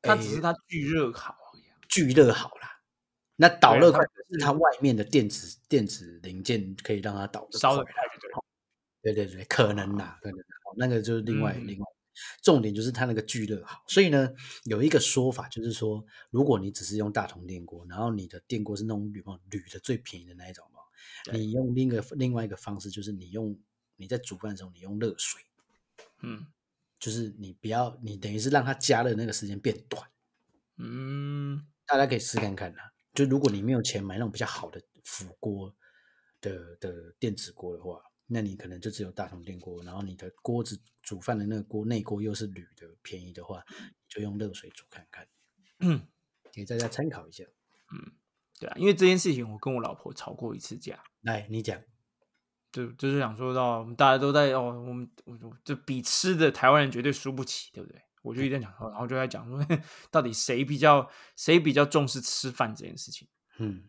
[SPEAKER 3] 它只
[SPEAKER 2] 诶
[SPEAKER 3] 是它聚热好而已啊、
[SPEAKER 2] 聚热好啦。那导热
[SPEAKER 3] 它
[SPEAKER 2] 快就是它外面的电子电子零件可以让它导得
[SPEAKER 3] 烧的
[SPEAKER 2] 快
[SPEAKER 3] 快
[SPEAKER 2] 啦
[SPEAKER 3] 就对了。
[SPEAKER 2] 对对对，可能啦，可能啦哦那个就是另外、
[SPEAKER 3] 嗯
[SPEAKER 2] 另外，重点就是它那个聚热好。所以呢，有一个说法就是说，如果你只是用大铜电锅，然后你的电锅是那种铝嘛，铝的最便宜的那一种嘛，
[SPEAKER 3] 对
[SPEAKER 2] 你用另一个另外一个方式就是你用你在煮饭的时候你用热水，
[SPEAKER 3] 嗯
[SPEAKER 2] 就是你不要你等于是让它加热那个时间变短。
[SPEAKER 3] 嗯，
[SPEAKER 2] 大家可以试看看啦。就如果你没有钱买那种比较好的釜锅的的电子锅的话，那你可能就只有大同电锅，然后你的锅子煮饭的那个锅内锅又是铝的，便宜的话，就用热水煮看看，给大家参考一下。
[SPEAKER 3] 对啊，因为这件事情我跟我老婆吵过一次架。
[SPEAKER 2] 来，你讲，
[SPEAKER 3] 就就是想说到，我们大家都在哦，我们我我就比吃的台湾人绝对输不起，对不对？我就一直在讲说，然后就在讲说， [LAUGHS] 到底谁比较谁比较重视吃饭这件事情？
[SPEAKER 2] 嗯，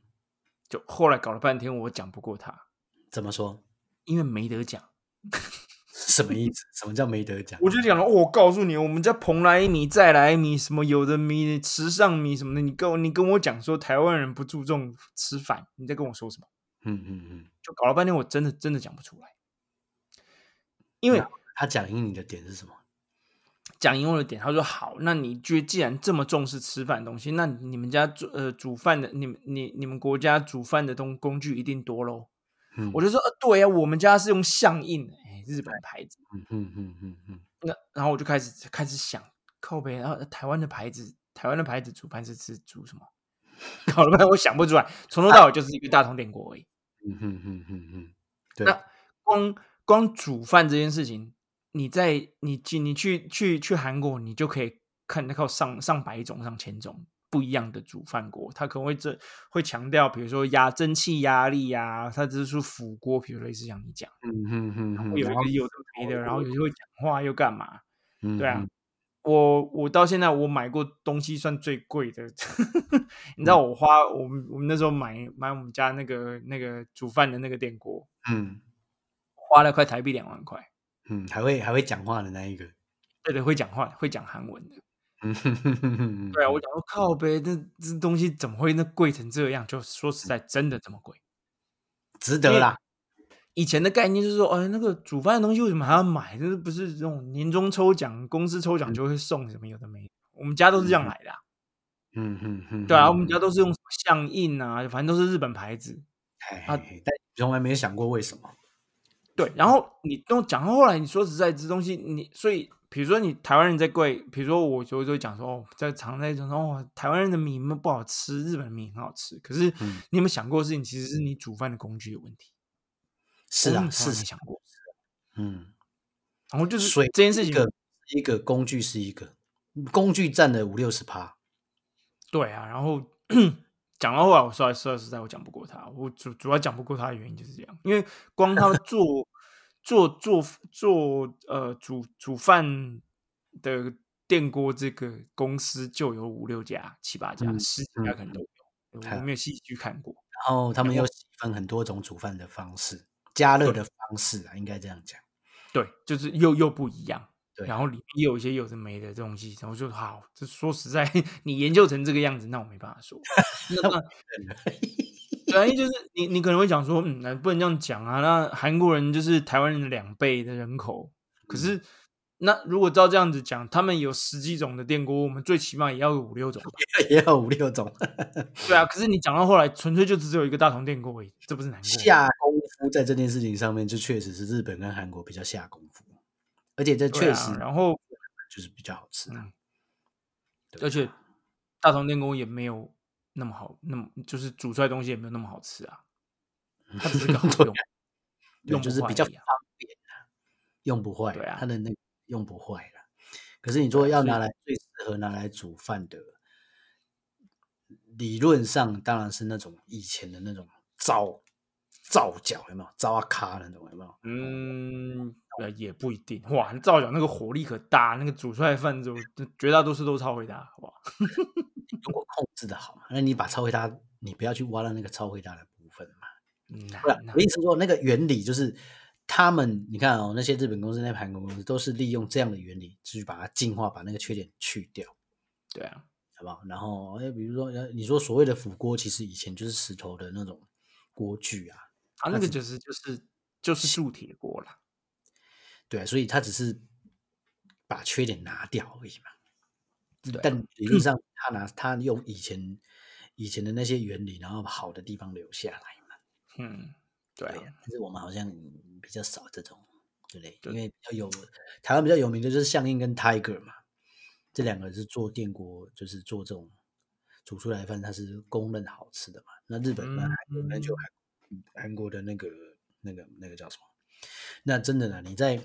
[SPEAKER 3] 就后来搞了半天，我讲不过他，
[SPEAKER 2] 怎么说？
[SPEAKER 3] 因为没得讲。
[SPEAKER 2] 什么意思？什么叫没得讲？
[SPEAKER 3] 我就讲了，哦我告诉你，我们家蓬莱米、再来米，什么有的米、池上米什么的，你跟我你跟我讲说台湾人不注重吃饭，你在跟我说什么？
[SPEAKER 2] 嗯嗯嗯，
[SPEAKER 3] 就搞了半天，我真的真的讲不出来，因为
[SPEAKER 2] 那他讲赢你的点是什么？
[SPEAKER 3] 讲英文的点，他说好，那你就既然这么重视吃饭的东西，那你们家煮呃煮饭的，你们你你们国家煮饭的东工具一定多喽。
[SPEAKER 2] 嗯，
[SPEAKER 3] 我就说，呃，对呀、我们家是用象印，哎，日本牌子。
[SPEAKER 2] 嗯嗯嗯嗯嗯，
[SPEAKER 3] 那然后我就开始开始想，靠背，然后呃台湾的牌子，台湾的牌子煮饭是吃煮什么？搞了半天我想不出来，从头到尾就是一个大同电锅而已。
[SPEAKER 2] 嗯嗯嗯嗯嗯，对，
[SPEAKER 3] 那光光煮饭这件事情，你在你去你去去去韩国，你就可以看到上上百种、上千种不一样的煮饭锅，它可能会这会强调，比如说压蒸汽压力呀、它只是说釜锅，比如类似像你讲，
[SPEAKER 2] 嗯嗯嗯嗯，
[SPEAKER 3] 会有一
[SPEAKER 2] 然后
[SPEAKER 3] 个有的没的，然后有些会讲话又干嘛？
[SPEAKER 2] 嗯
[SPEAKER 3] 对啊
[SPEAKER 2] 嗯，
[SPEAKER 3] 我我到现在我买过东西算最贵的， [LAUGHS] 你
[SPEAKER 2] 嗯
[SPEAKER 3] 知道我花我们我们那时候买买我们家那个那个煮饭的那个电锅，
[SPEAKER 2] 嗯
[SPEAKER 3] 花了快台币两万块。
[SPEAKER 2] 嗯，还会还会讲话的那一个。
[SPEAKER 3] 对对，会讲话，会讲韩文的。
[SPEAKER 2] 嗯哼哼哼哼
[SPEAKER 3] [LAUGHS] 对啊，我讲说靠呗，那这东西怎么会那贵成这样？就说实在，真的这么贵？
[SPEAKER 2] 值得啦。
[SPEAKER 3] 以前的概念就是说，哎，那个煮饭的东西为什么还要买？就是不是这种年终抽奖、公司抽奖就会送什么有的没的？我们家都是这样来的啊、
[SPEAKER 2] 嗯嗯嗯，
[SPEAKER 3] 对啊，
[SPEAKER 2] 嗯
[SPEAKER 3] 我们家都是用什么象印啊，反正都是日本牌子。
[SPEAKER 2] 哎
[SPEAKER 3] 啊
[SPEAKER 2] 但从来没想过为什么。
[SPEAKER 3] 对，
[SPEAKER 2] 嗯
[SPEAKER 3] 然后你都讲到后来，你说实在，这东西你所以，比如说你台湾人在贵，比如说我就就讲说，哦，在常在讲说，哦，台湾人的米不好吃，日本的米很好吃。可是
[SPEAKER 2] 嗯
[SPEAKER 3] 你有没有想过的事情，其实是你煮饭的工具有问题？
[SPEAKER 2] 是
[SPEAKER 3] 我
[SPEAKER 2] 啊，
[SPEAKER 3] 们从来
[SPEAKER 2] 是是
[SPEAKER 3] 没想过。
[SPEAKER 2] 嗯，
[SPEAKER 3] 然后就是
[SPEAKER 2] 水
[SPEAKER 3] 这件事
[SPEAKER 2] 一
[SPEAKER 3] 情，
[SPEAKER 2] 个一个工具是一个工具占了五六十趴。
[SPEAKER 3] 对啊。然后讲到后来，我说说实在，我讲不过他。我主主要讲不过他的原因就是这样，因为光他做做做做呃煮煮饭的电锅这个公司就有五六家、七八家、
[SPEAKER 2] 嗯
[SPEAKER 3] 十几家
[SPEAKER 2] 嗯
[SPEAKER 3] 可能都有。
[SPEAKER 2] 太
[SPEAKER 3] 我没有细细去看过，
[SPEAKER 2] 然后他们又细分很多种煮饭的方式，加热的方式啊，应该这样讲。
[SPEAKER 3] 对，就是又又不一样。
[SPEAKER 2] 对
[SPEAKER 3] 然后里面也有一些有的没的东西，然后就好，这说实在，你研究成这个样子，那我没办法说。那么，反正就是你，你可能会想说，嗯，那不能这样讲啊。那韩国人就是台湾人的两倍的人口，可是那如果照这样子讲，他们有十几种的电锅，我们最起码也要有五六种吧。
[SPEAKER 2] 也有五六种，
[SPEAKER 3] 对啊，可是你讲到后来，纯粹就只有一个大同电锅而已，这不是难过
[SPEAKER 2] [LAUGHS]
[SPEAKER 3] 吗？
[SPEAKER 2] 下功夫在这件事情上面，就确实是日本跟韩国比较下功夫，而且这
[SPEAKER 3] 对
[SPEAKER 2] 确
[SPEAKER 3] 啊
[SPEAKER 2] 实
[SPEAKER 3] 然后嗯
[SPEAKER 2] 就是比较好吃啊。
[SPEAKER 3] 而且大同电工也没有那么好，那么就是煮出来的东西也没有那么好
[SPEAKER 2] [LAUGHS]
[SPEAKER 3] 吃啊。它只是个好
[SPEAKER 2] 对对，
[SPEAKER 3] 用，用
[SPEAKER 2] 就
[SPEAKER 3] 不
[SPEAKER 2] 是
[SPEAKER 3] 坏
[SPEAKER 2] 比较
[SPEAKER 3] 而
[SPEAKER 2] 方
[SPEAKER 3] 已啊
[SPEAKER 2] 便啊用不坏
[SPEAKER 3] 对
[SPEAKER 2] 啦
[SPEAKER 3] 啊，
[SPEAKER 2] 它的那个用不坏了。可是你说
[SPEAKER 3] 对啊
[SPEAKER 2] 要
[SPEAKER 3] 所以
[SPEAKER 2] 拿来最适合拿来煮饭的，理论上当然是那种以前的那种皂皂角有没有皂啊咖那种有没有？
[SPEAKER 3] 嗯，呃，也不一定哇。照讲那个火力可大，那个煮出来的饭就绝大多数都超伟大哇。
[SPEAKER 2] [LAUGHS] 如果控制的好嘛，那你把超回答你不要去挖到那个超回答的部分嘛。
[SPEAKER 3] 嗯
[SPEAKER 2] 不然
[SPEAKER 3] 难
[SPEAKER 2] 我的意思是说那个原理就是他们你看哦，那些日本公司、那些韩国公司都是利用这样的原理去把它进化，把那个缺点去掉。
[SPEAKER 3] 对啊，
[SPEAKER 2] 好不好？然后，哎，比如说，呃你说所谓的釜锅，其实以前就是石头的那种锅具啊，
[SPEAKER 3] 啊，那个就是就是就是铸铁锅啦。
[SPEAKER 2] 对啊，所以它只是把缺点拿掉而已嘛。
[SPEAKER 3] 对啊
[SPEAKER 2] 但理论上，他拿他用以前以前的那些原理，然后把好的地方留下来嘛。
[SPEAKER 3] 嗯，对啊
[SPEAKER 2] 对，啊，但是我们好像嗯比较少这种，对不对？
[SPEAKER 3] 对
[SPEAKER 2] 因为比较有台湾比较有名的就是相应跟 Tiger 嘛，这两个是做电锅，就是做这种煮出来的饭，它是公认好吃的嘛。那日本跟
[SPEAKER 3] 嗯
[SPEAKER 2] 韩国那就韩韩国的那个那个那个叫什么？那真的呢，你在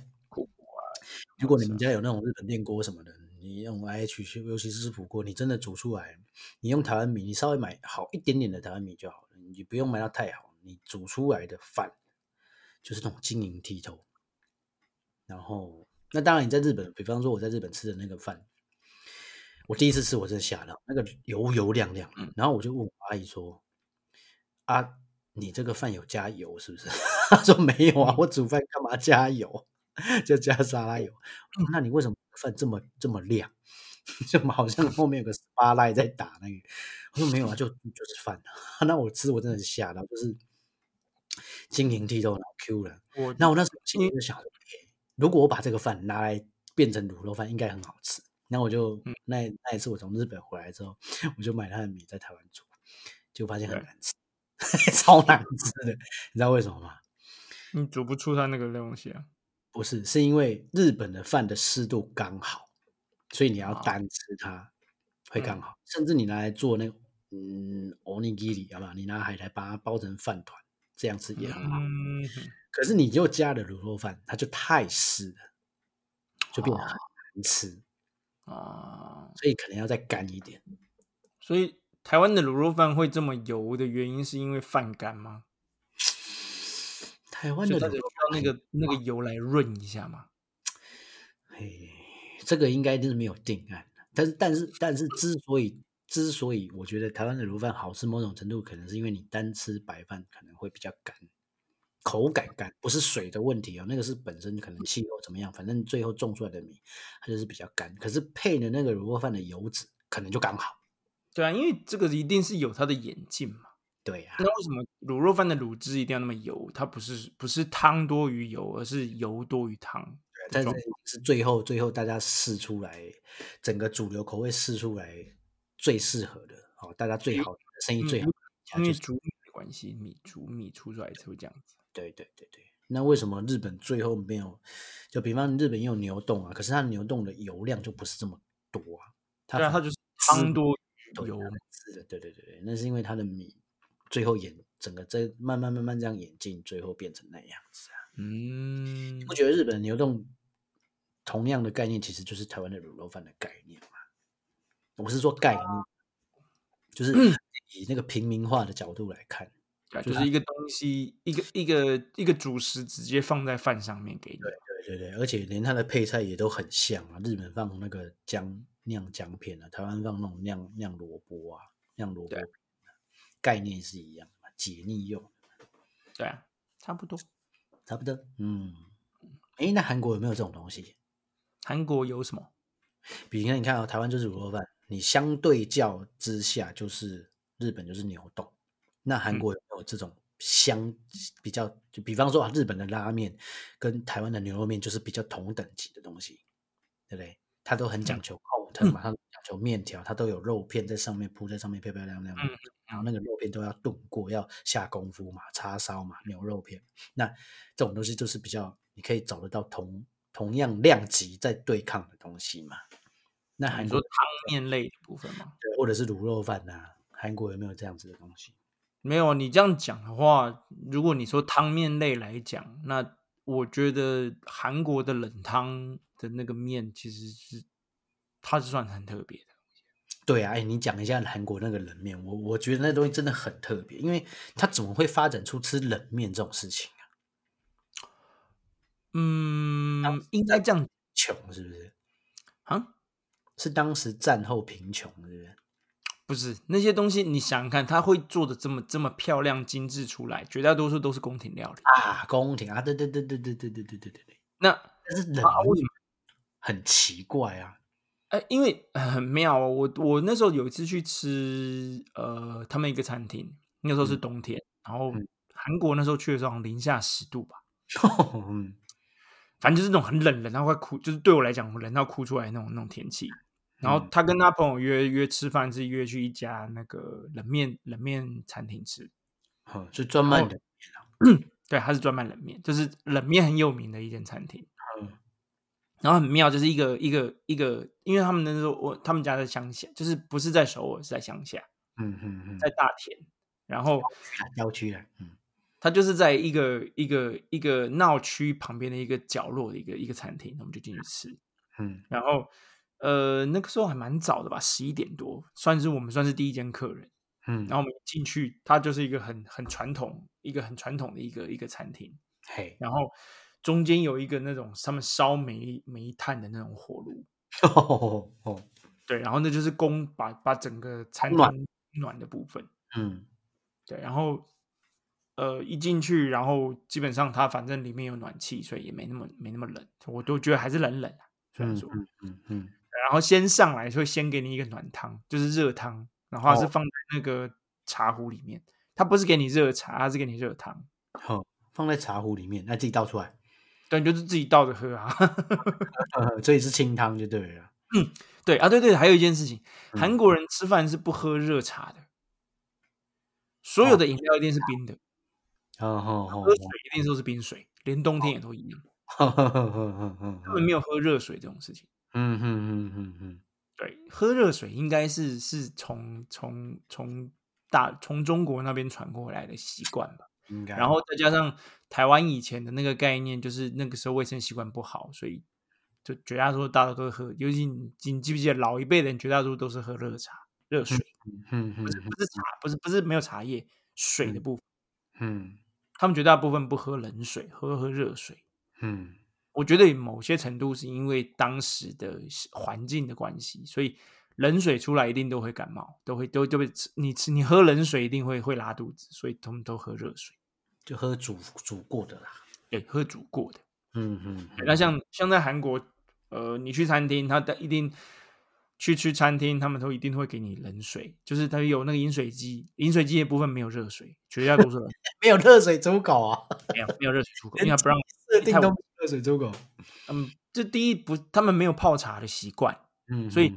[SPEAKER 2] 如果你们家有那种日本电锅什么的，你用 IH 去，尤其是火锅，你真的煮出来，你用台湾米，你稍微买好一点点的台湾米就好了，你不用买到太好，你煮出来的饭就是那种晶莹剔透。然后，那当然你在日本，比方说我在日本吃的那个饭，我第一次吃我真的吓到，那个油油亮亮的，
[SPEAKER 3] 嗯
[SPEAKER 2] 然后我就问我阿姨说：“啊，你这个饭有加油是不是？” [LAUGHS] 她说：“没有
[SPEAKER 3] 嗯
[SPEAKER 2] 啊，我煮饭干嘛加油？ [LAUGHS] 就加沙拉油。”
[SPEAKER 3] 嗯
[SPEAKER 2] 我说那你为什么饭这么这么亮？ [LAUGHS] 就好像后面有个 SPA light 在打那个。我说没有啊，就就是饭、啊。 [LAUGHS] 那我吃我真的是吓到，就是晶莹剔透，然后 Q 了。
[SPEAKER 3] 我
[SPEAKER 2] 那我那时候
[SPEAKER 3] 嗯
[SPEAKER 2] 心里就想说，诶如果我把这个饭拿来变成卤肉饭，应该很好吃。然后我就
[SPEAKER 3] 嗯
[SPEAKER 2] 那那一次我从日本回来之后， [LAUGHS] 我就买他的米在台湾煮，就发现很
[SPEAKER 3] 对
[SPEAKER 2] 难吃， [LAUGHS] 超难吃的。你知道为什么吗？
[SPEAKER 3] 你煮不出它那个东西啊。
[SPEAKER 2] 不是，是因为日本的饭的湿度刚好，所以你要
[SPEAKER 3] 好
[SPEAKER 2] 单吃它会刚
[SPEAKER 3] 嗯
[SPEAKER 2] 好，甚至你拿来做那个嗯 onigiri 好不好？你拿海苔把它包成饭团，这样吃也很好。
[SPEAKER 3] 嗯，
[SPEAKER 2] 可是你又加了卤肉饭，它就太湿了，就变得
[SPEAKER 3] 哦
[SPEAKER 2] 很难吃，
[SPEAKER 3] 啊，
[SPEAKER 2] 所以可能要再干一点。
[SPEAKER 3] 所以台湾的卤肉饭会这么油的原因，是因为饭干吗？
[SPEAKER 2] 台湾
[SPEAKER 3] 所
[SPEAKER 2] 的
[SPEAKER 3] 以它
[SPEAKER 2] 卤
[SPEAKER 3] 得需
[SPEAKER 2] 肉
[SPEAKER 3] 要
[SPEAKER 2] 饭 [LAUGHS]
[SPEAKER 3] 那个那个油来润一下嘛。
[SPEAKER 2] 嘿，这个应该就是没有定案的。但是，但是，但是，之所以之所以我觉得台湾的卤饭好吃，某种程度可能是因为你单吃白饭可能会比较干，口感干，不是水的问题哦，那个是本身可能气候怎么样，反正最后种出来的米它就是比较干。可是配的那个卤肉饭的油脂可能就刚好。
[SPEAKER 3] 对啊，因为这个一定是有它的演进嘛。
[SPEAKER 2] 对啊呀、
[SPEAKER 3] 那为什么卤肉饭的卤汁一定要那么油？它不是不是汤多于油，而是油多于汤。
[SPEAKER 2] 但是
[SPEAKER 3] 状
[SPEAKER 2] 是最后最后大家试出来，整个主流口味试出来最适合的哦，大家最好的生意最
[SPEAKER 3] 嗯
[SPEAKER 2] 好的
[SPEAKER 3] 因
[SPEAKER 2] 一家
[SPEAKER 3] 为
[SPEAKER 2] 就是
[SPEAKER 3] 煮米的关系，米煮米出出来才会这样子。
[SPEAKER 2] 对对对对，那为什么日本最后没有？就比方日本也有牛冻啊，可是它牛冻的油量就不是这么多啊。它
[SPEAKER 3] 对啊，
[SPEAKER 2] 反而
[SPEAKER 3] 它就是
[SPEAKER 2] 汁
[SPEAKER 3] 汤多于
[SPEAKER 2] 对啊
[SPEAKER 3] 油
[SPEAKER 2] 它
[SPEAKER 3] 嘛。
[SPEAKER 2] 是的，对对对对，那是因为它的米最后演整个在慢慢慢慢这样演进，最后变成那样子啊。
[SPEAKER 3] 嗯
[SPEAKER 2] 你不，觉得日本的牛冻同样的概念其实就是台湾的卤肉饭的概念吗？我不是说概念，
[SPEAKER 3] 啊
[SPEAKER 2] 就是
[SPEAKER 3] [CLEARS THROAT]
[SPEAKER 2] 以那个平民化的角度来看，
[SPEAKER 3] 对啊就是一个东西，一个一个一个主食直接放在饭上面给你。
[SPEAKER 2] 对对对，而且连它的配菜也都很像啊，日本放那个姜酿姜片啊，台湾放那种酿酿萝卜啊，酿萝卜
[SPEAKER 3] 对
[SPEAKER 2] 片啊概念是一样的嘛，解腻用
[SPEAKER 3] 对啊，差不多。
[SPEAKER 2] 差不多。嗯，哎，那韩国有没有这种东西？
[SPEAKER 3] 韩国有什么？
[SPEAKER 2] 比你看，你看啊、台湾就是卤肉饭，你相对较之下就是日本就是牛冻，那
[SPEAKER 3] 嗯
[SPEAKER 2] 韩国有没有这种相比较？就比方说啊，日本的拉面跟台湾的牛肉面就是比较同等级的东西，对不对？它都很
[SPEAKER 3] 嗯
[SPEAKER 2] 讲究口，它马上讲究面条，它都有肉片在上面铺在上面，漂漂亮亮的
[SPEAKER 3] 嗯。
[SPEAKER 2] 然后那个肉片都要炖过，要下功夫嘛，叉烧嘛，牛肉片。那这种东西就是比较你可以找得到同同样量级在对抗的东西嘛。那韩
[SPEAKER 3] 哦你
[SPEAKER 2] 国
[SPEAKER 3] 说汤面类的部分吗？
[SPEAKER 2] 对或者是卤肉饭呐、啊韩国有没有这样子的东西？
[SPEAKER 3] 没有，你这样讲的话，如果你说汤面类来讲，那我觉得韩国的冷汤的那个面其实是它是算很特别的。
[SPEAKER 2] 对啊，哎，你讲一下韩国那个冷面，我我觉得那东西真的很特别，因为它怎么会发展出吃冷面这种事情啊？
[SPEAKER 3] 嗯，应该这样
[SPEAKER 2] 穷是不是？
[SPEAKER 3] 啊？
[SPEAKER 2] 是当时战后贫穷是不是？
[SPEAKER 3] 不是那些东西，你想想看，它会做的这么这么漂亮精致出来，绝大多数都是宫廷料理。
[SPEAKER 2] 啊，宫廷啊，对对对对对对对对对对对，
[SPEAKER 3] 那
[SPEAKER 2] 但是冷面
[SPEAKER 3] 啊，为什么？
[SPEAKER 2] 很奇怪啊， [LAUGHS]
[SPEAKER 3] 哎，因为呃很妙哦，我我那时候有一次去吃呃他们一个餐厅，那时候是
[SPEAKER 2] 嗯
[SPEAKER 3] 冬天，然后
[SPEAKER 2] 嗯
[SPEAKER 3] 韩国那时候去的时候好像零下十度吧，
[SPEAKER 2] 嗯
[SPEAKER 3] 反正就是那种很冷，冷到快哭，就是对我来讲，我冷到哭出来那种那种天气。然后
[SPEAKER 2] 嗯
[SPEAKER 3] 他跟他朋友约约吃饭，是约去一家那个冷面冷面餐厅吃。
[SPEAKER 2] 嗯，就专门
[SPEAKER 3] 后
[SPEAKER 2] 的，
[SPEAKER 3] 对，他是专卖冷面，就是冷面很有名的一间餐厅。
[SPEAKER 2] 嗯
[SPEAKER 3] 然后很妙，就是一个一个一个，因为他们那时候我他们家在乡下，就是不是在首尔，是在乡下，
[SPEAKER 2] 嗯嗯嗯，
[SPEAKER 3] 在大田。然后
[SPEAKER 2] 郊区的，嗯
[SPEAKER 3] 他就是在一个一个一个闹区旁边的一个角落的一个一个餐厅，我们就进去吃。
[SPEAKER 2] 嗯
[SPEAKER 3] 然后呃，那个时候还蛮早的吧，十一点多，算是我们算是第一间客人。
[SPEAKER 2] 嗯，
[SPEAKER 3] 然后我们一进去，它就是一个很很传统，一个很传统的一个一个餐厅。
[SPEAKER 2] 嘿，
[SPEAKER 3] 然后中间有一个那种他们烧煤煤炭的那种火炉，
[SPEAKER 2] 哦哦，
[SPEAKER 3] 对，然后那就是供把把整个餐
[SPEAKER 2] 暖
[SPEAKER 3] 厅暖的部分，
[SPEAKER 2] 嗯
[SPEAKER 3] 对，然后呃一进去，然后基本上它反正里面有暖气，所以也没那么没那么冷，我都觉得还是冷冷啊，虽然
[SPEAKER 2] 嗯
[SPEAKER 3] 说，
[SPEAKER 2] 嗯嗯嗯，
[SPEAKER 3] 然后先上来会先给你一个暖汤，就是热汤，然后它是
[SPEAKER 2] 哦
[SPEAKER 3] 放在那个茶壶里面，它不是给你热茶，它是给你热汤，
[SPEAKER 2] 好，放在茶壶里面，那自己倒出来， [LAUGHS]
[SPEAKER 3] 对，你就是自己倒着喝啊。 [LAUGHS]
[SPEAKER 2] 呃，所以是清汤就对了，
[SPEAKER 3] 对啊，对对，还有一件事情，
[SPEAKER 2] 嗯
[SPEAKER 3] 韩国人吃饭是不喝热茶的，所有
[SPEAKER 2] 哦
[SPEAKER 3] 的饮料一定是冰的，
[SPEAKER 2] 哦吼吼
[SPEAKER 3] 喝水一定都是冰水，连冬天也都一样，
[SPEAKER 2] 吼吼吼吼吼
[SPEAKER 3] 他们没有喝热水这种事情。
[SPEAKER 2] 嗯嗯嗯嗯嗯，
[SPEAKER 3] 对，喝热水应该是是从从从大从中国那边传过来的习惯吧，
[SPEAKER 2] 应该，
[SPEAKER 3] 然后再加上台湾以前的那个概念，就是那个时候卫生习惯不好，所以就绝大多数大家都喝，尤其你你记不记得老一辈人绝大多数都是喝热茶、热水。
[SPEAKER 2] 嗯嗯
[SPEAKER 3] 不是不是茶，不是不是没有茶叶，水的部分，
[SPEAKER 2] 嗯
[SPEAKER 3] 他们绝大部分不喝冷水，喝喝热水。
[SPEAKER 2] 嗯
[SPEAKER 3] 我觉得某些程度是因为当时的环境的关系，所以冷水出来一定都会感冒，都会都都会吃你吃你喝冷水一定会会拉肚子，所以他们都喝热水，
[SPEAKER 2] 就喝煮煮过的啦，
[SPEAKER 3] 对，喝煮过的。
[SPEAKER 2] 嗯嗯，
[SPEAKER 3] 哎对那像像在韩国，呃，你去餐厅，他的一定去去餐厅，他们都一定会给你冷水，就是他有那个饮水机，饮水机的部分没有热水，绝大多数人
[SPEAKER 2] 没有热水煮狗
[SPEAKER 3] [LAUGHS]
[SPEAKER 2] 啊，
[SPEAKER 3] 没有没有热水出口，
[SPEAKER 2] 连
[SPEAKER 3] 因为它不让
[SPEAKER 2] 设 [LAUGHS] 定都没有热水煮狗，
[SPEAKER 3] 嗯，这第一不，他们没有泡茶的习惯，
[SPEAKER 2] 嗯，
[SPEAKER 3] 所以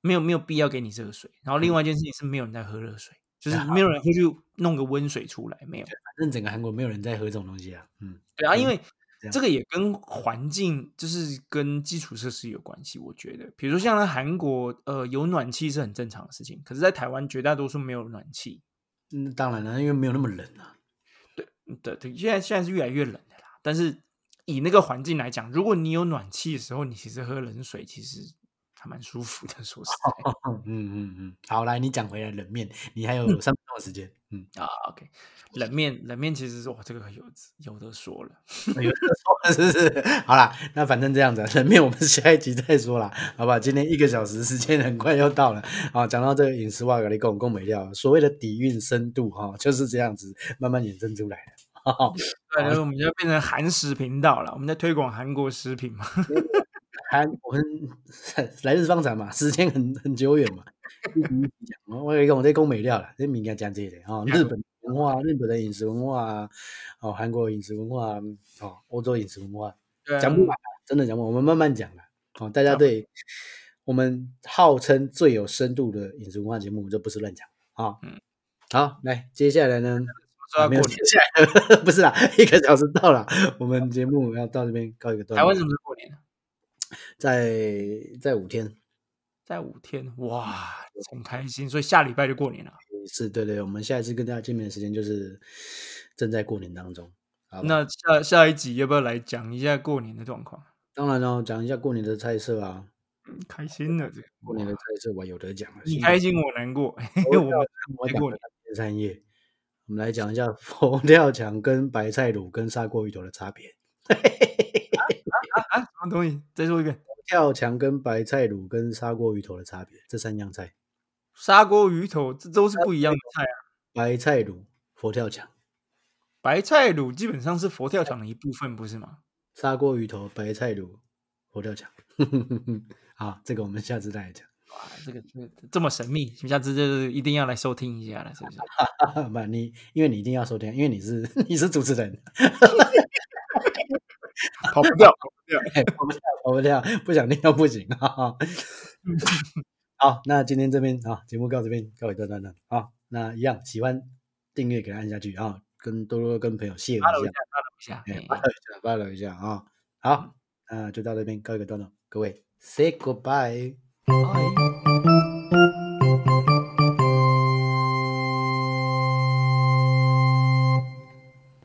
[SPEAKER 3] 没有没有必要给你热水。然后另外一件事情是没有人在喝热水，就是
[SPEAKER 2] 啊
[SPEAKER 3] 没有人会去弄个温水出来，没有。
[SPEAKER 2] 反正整个韩国没有人在喝这种东西啊，嗯
[SPEAKER 3] 对啊，因
[SPEAKER 2] 嗯
[SPEAKER 3] 为
[SPEAKER 2] 这样
[SPEAKER 3] 这个也跟环境，就是跟基础设施有关系。我觉得，比如说像在韩国，呃，有暖气是很正常的事情，可是，在台湾绝大多数没有暖气
[SPEAKER 2] 嗯，当然了，因为没有那么冷啊，
[SPEAKER 3] 的，嗯对，现在现在是越来越冷的啦。但是以那个环境来讲，如果你有暖气的时候，你其实喝冷水其实还蛮舒服的，说实在。
[SPEAKER 2] [LAUGHS] 嗯嗯嗯，好，来你讲回来冷面，你还有三分钟的时间，嗯，
[SPEAKER 3] 啊，OK，冷面冷面其实是哇，这个有有的说了。
[SPEAKER 2] 有说是是，好啦，那反正这样子，冷面我们下一集再说啦，好吧？今天一个小时时间很快要到了啊，讲到这个啊饮食哇，格力贡贡美料，所谓的底蕴深度哈、就是这样子慢慢衍生出来的。
[SPEAKER 3] 对，然后我们就变成韩食频道了，我们在推广韩国食品嘛。 [LAUGHS]
[SPEAKER 2] 韩我们来日方长嘛，时间很很久远嘛。一集一集讲，我跟你讲，我在讲美料了，这敏感讲这个哦，日本文化、日本的饮食文化啊，哦，韩国饮食文化啊，哦，欧洲饮食文化，
[SPEAKER 3] 对啊
[SPEAKER 2] 讲不完啊，真的讲不完，我们慢慢讲啦。哦，大家对我们号称最有深度的饮食文化节目，这不是乱讲啊。
[SPEAKER 3] 嗯
[SPEAKER 2] 好，来，接下来呢？啊
[SPEAKER 3] 说到
[SPEAKER 2] 没
[SPEAKER 3] 过
[SPEAKER 2] 有
[SPEAKER 3] 年
[SPEAKER 2] 接，下来了 [LAUGHS] 不是啦，一个小时到了，我们节目要到这边告一个段
[SPEAKER 3] 台
[SPEAKER 2] 落
[SPEAKER 3] 湾。什么时候过年啊？
[SPEAKER 2] 在在五天，
[SPEAKER 3] 在五天，哇，很开心，所以下礼拜就过年了。
[SPEAKER 2] 是对对，我们下一次跟大家见面的时间就是正在过年当中。好吧
[SPEAKER 3] 那下下一集要不要来讲一下过年的状况？
[SPEAKER 2] 当然了、讲一下过年的菜色啊，
[SPEAKER 3] 嗯开心了，这个
[SPEAKER 2] 过年的
[SPEAKER 3] 哇
[SPEAKER 2] 菜色我有得讲啊了。
[SPEAKER 3] 你
[SPEAKER 2] 现
[SPEAKER 3] 开
[SPEAKER 2] 在
[SPEAKER 3] 心我难过， [LAUGHS] 因为我们
[SPEAKER 2] 我
[SPEAKER 3] 在
[SPEAKER 2] 讲
[SPEAKER 3] 过
[SPEAKER 2] 了
[SPEAKER 3] 年
[SPEAKER 2] 三天三夜，我们来讲一下佛跳墙跟白菜卤跟砂锅鱼头的差别。
[SPEAKER 3] 啊，什么东西？再说一遍，
[SPEAKER 2] 佛跳墙跟白菜卤跟砂锅鱼头的差别，这三样菜，
[SPEAKER 3] 砂锅鱼头这都是不一样的菜啊。
[SPEAKER 2] 白菜卤、佛跳墙、
[SPEAKER 3] 白菜卤基本上是佛跳墙的一部分，不是吗？
[SPEAKER 2] 砂锅鱼头、白菜卤、佛跳墙。 [LAUGHS] 好，这个我们下次再来讲。 [LAUGHS]
[SPEAKER 3] 哇，这个这个这么神秘，下次就是一定要来收听一下了，是不是？
[SPEAKER 2] 不，你因为你一定要收听，因为你是 [LAUGHS] 你是主持人，
[SPEAKER 3] [LAUGHS] 跑不掉，跑不掉。
[SPEAKER 2] [LAUGHS] 跑不掉，跑不掉，不想听都不行啊。 [LAUGHS] 好，那今天这边啊，节目到这边告一段落了啊。那一样喜欢订阅给他按下去啊，跟多多跟朋友谢一
[SPEAKER 3] h e l 一
[SPEAKER 2] 下
[SPEAKER 3] 下，哈喽一
[SPEAKER 2] 哎发
[SPEAKER 3] 下，哎
[SPEAKER 2] 了一下，发了一下啊。好，那就到这边告一个段落，各位 say goodbye。
[SPEAKER 3] 哎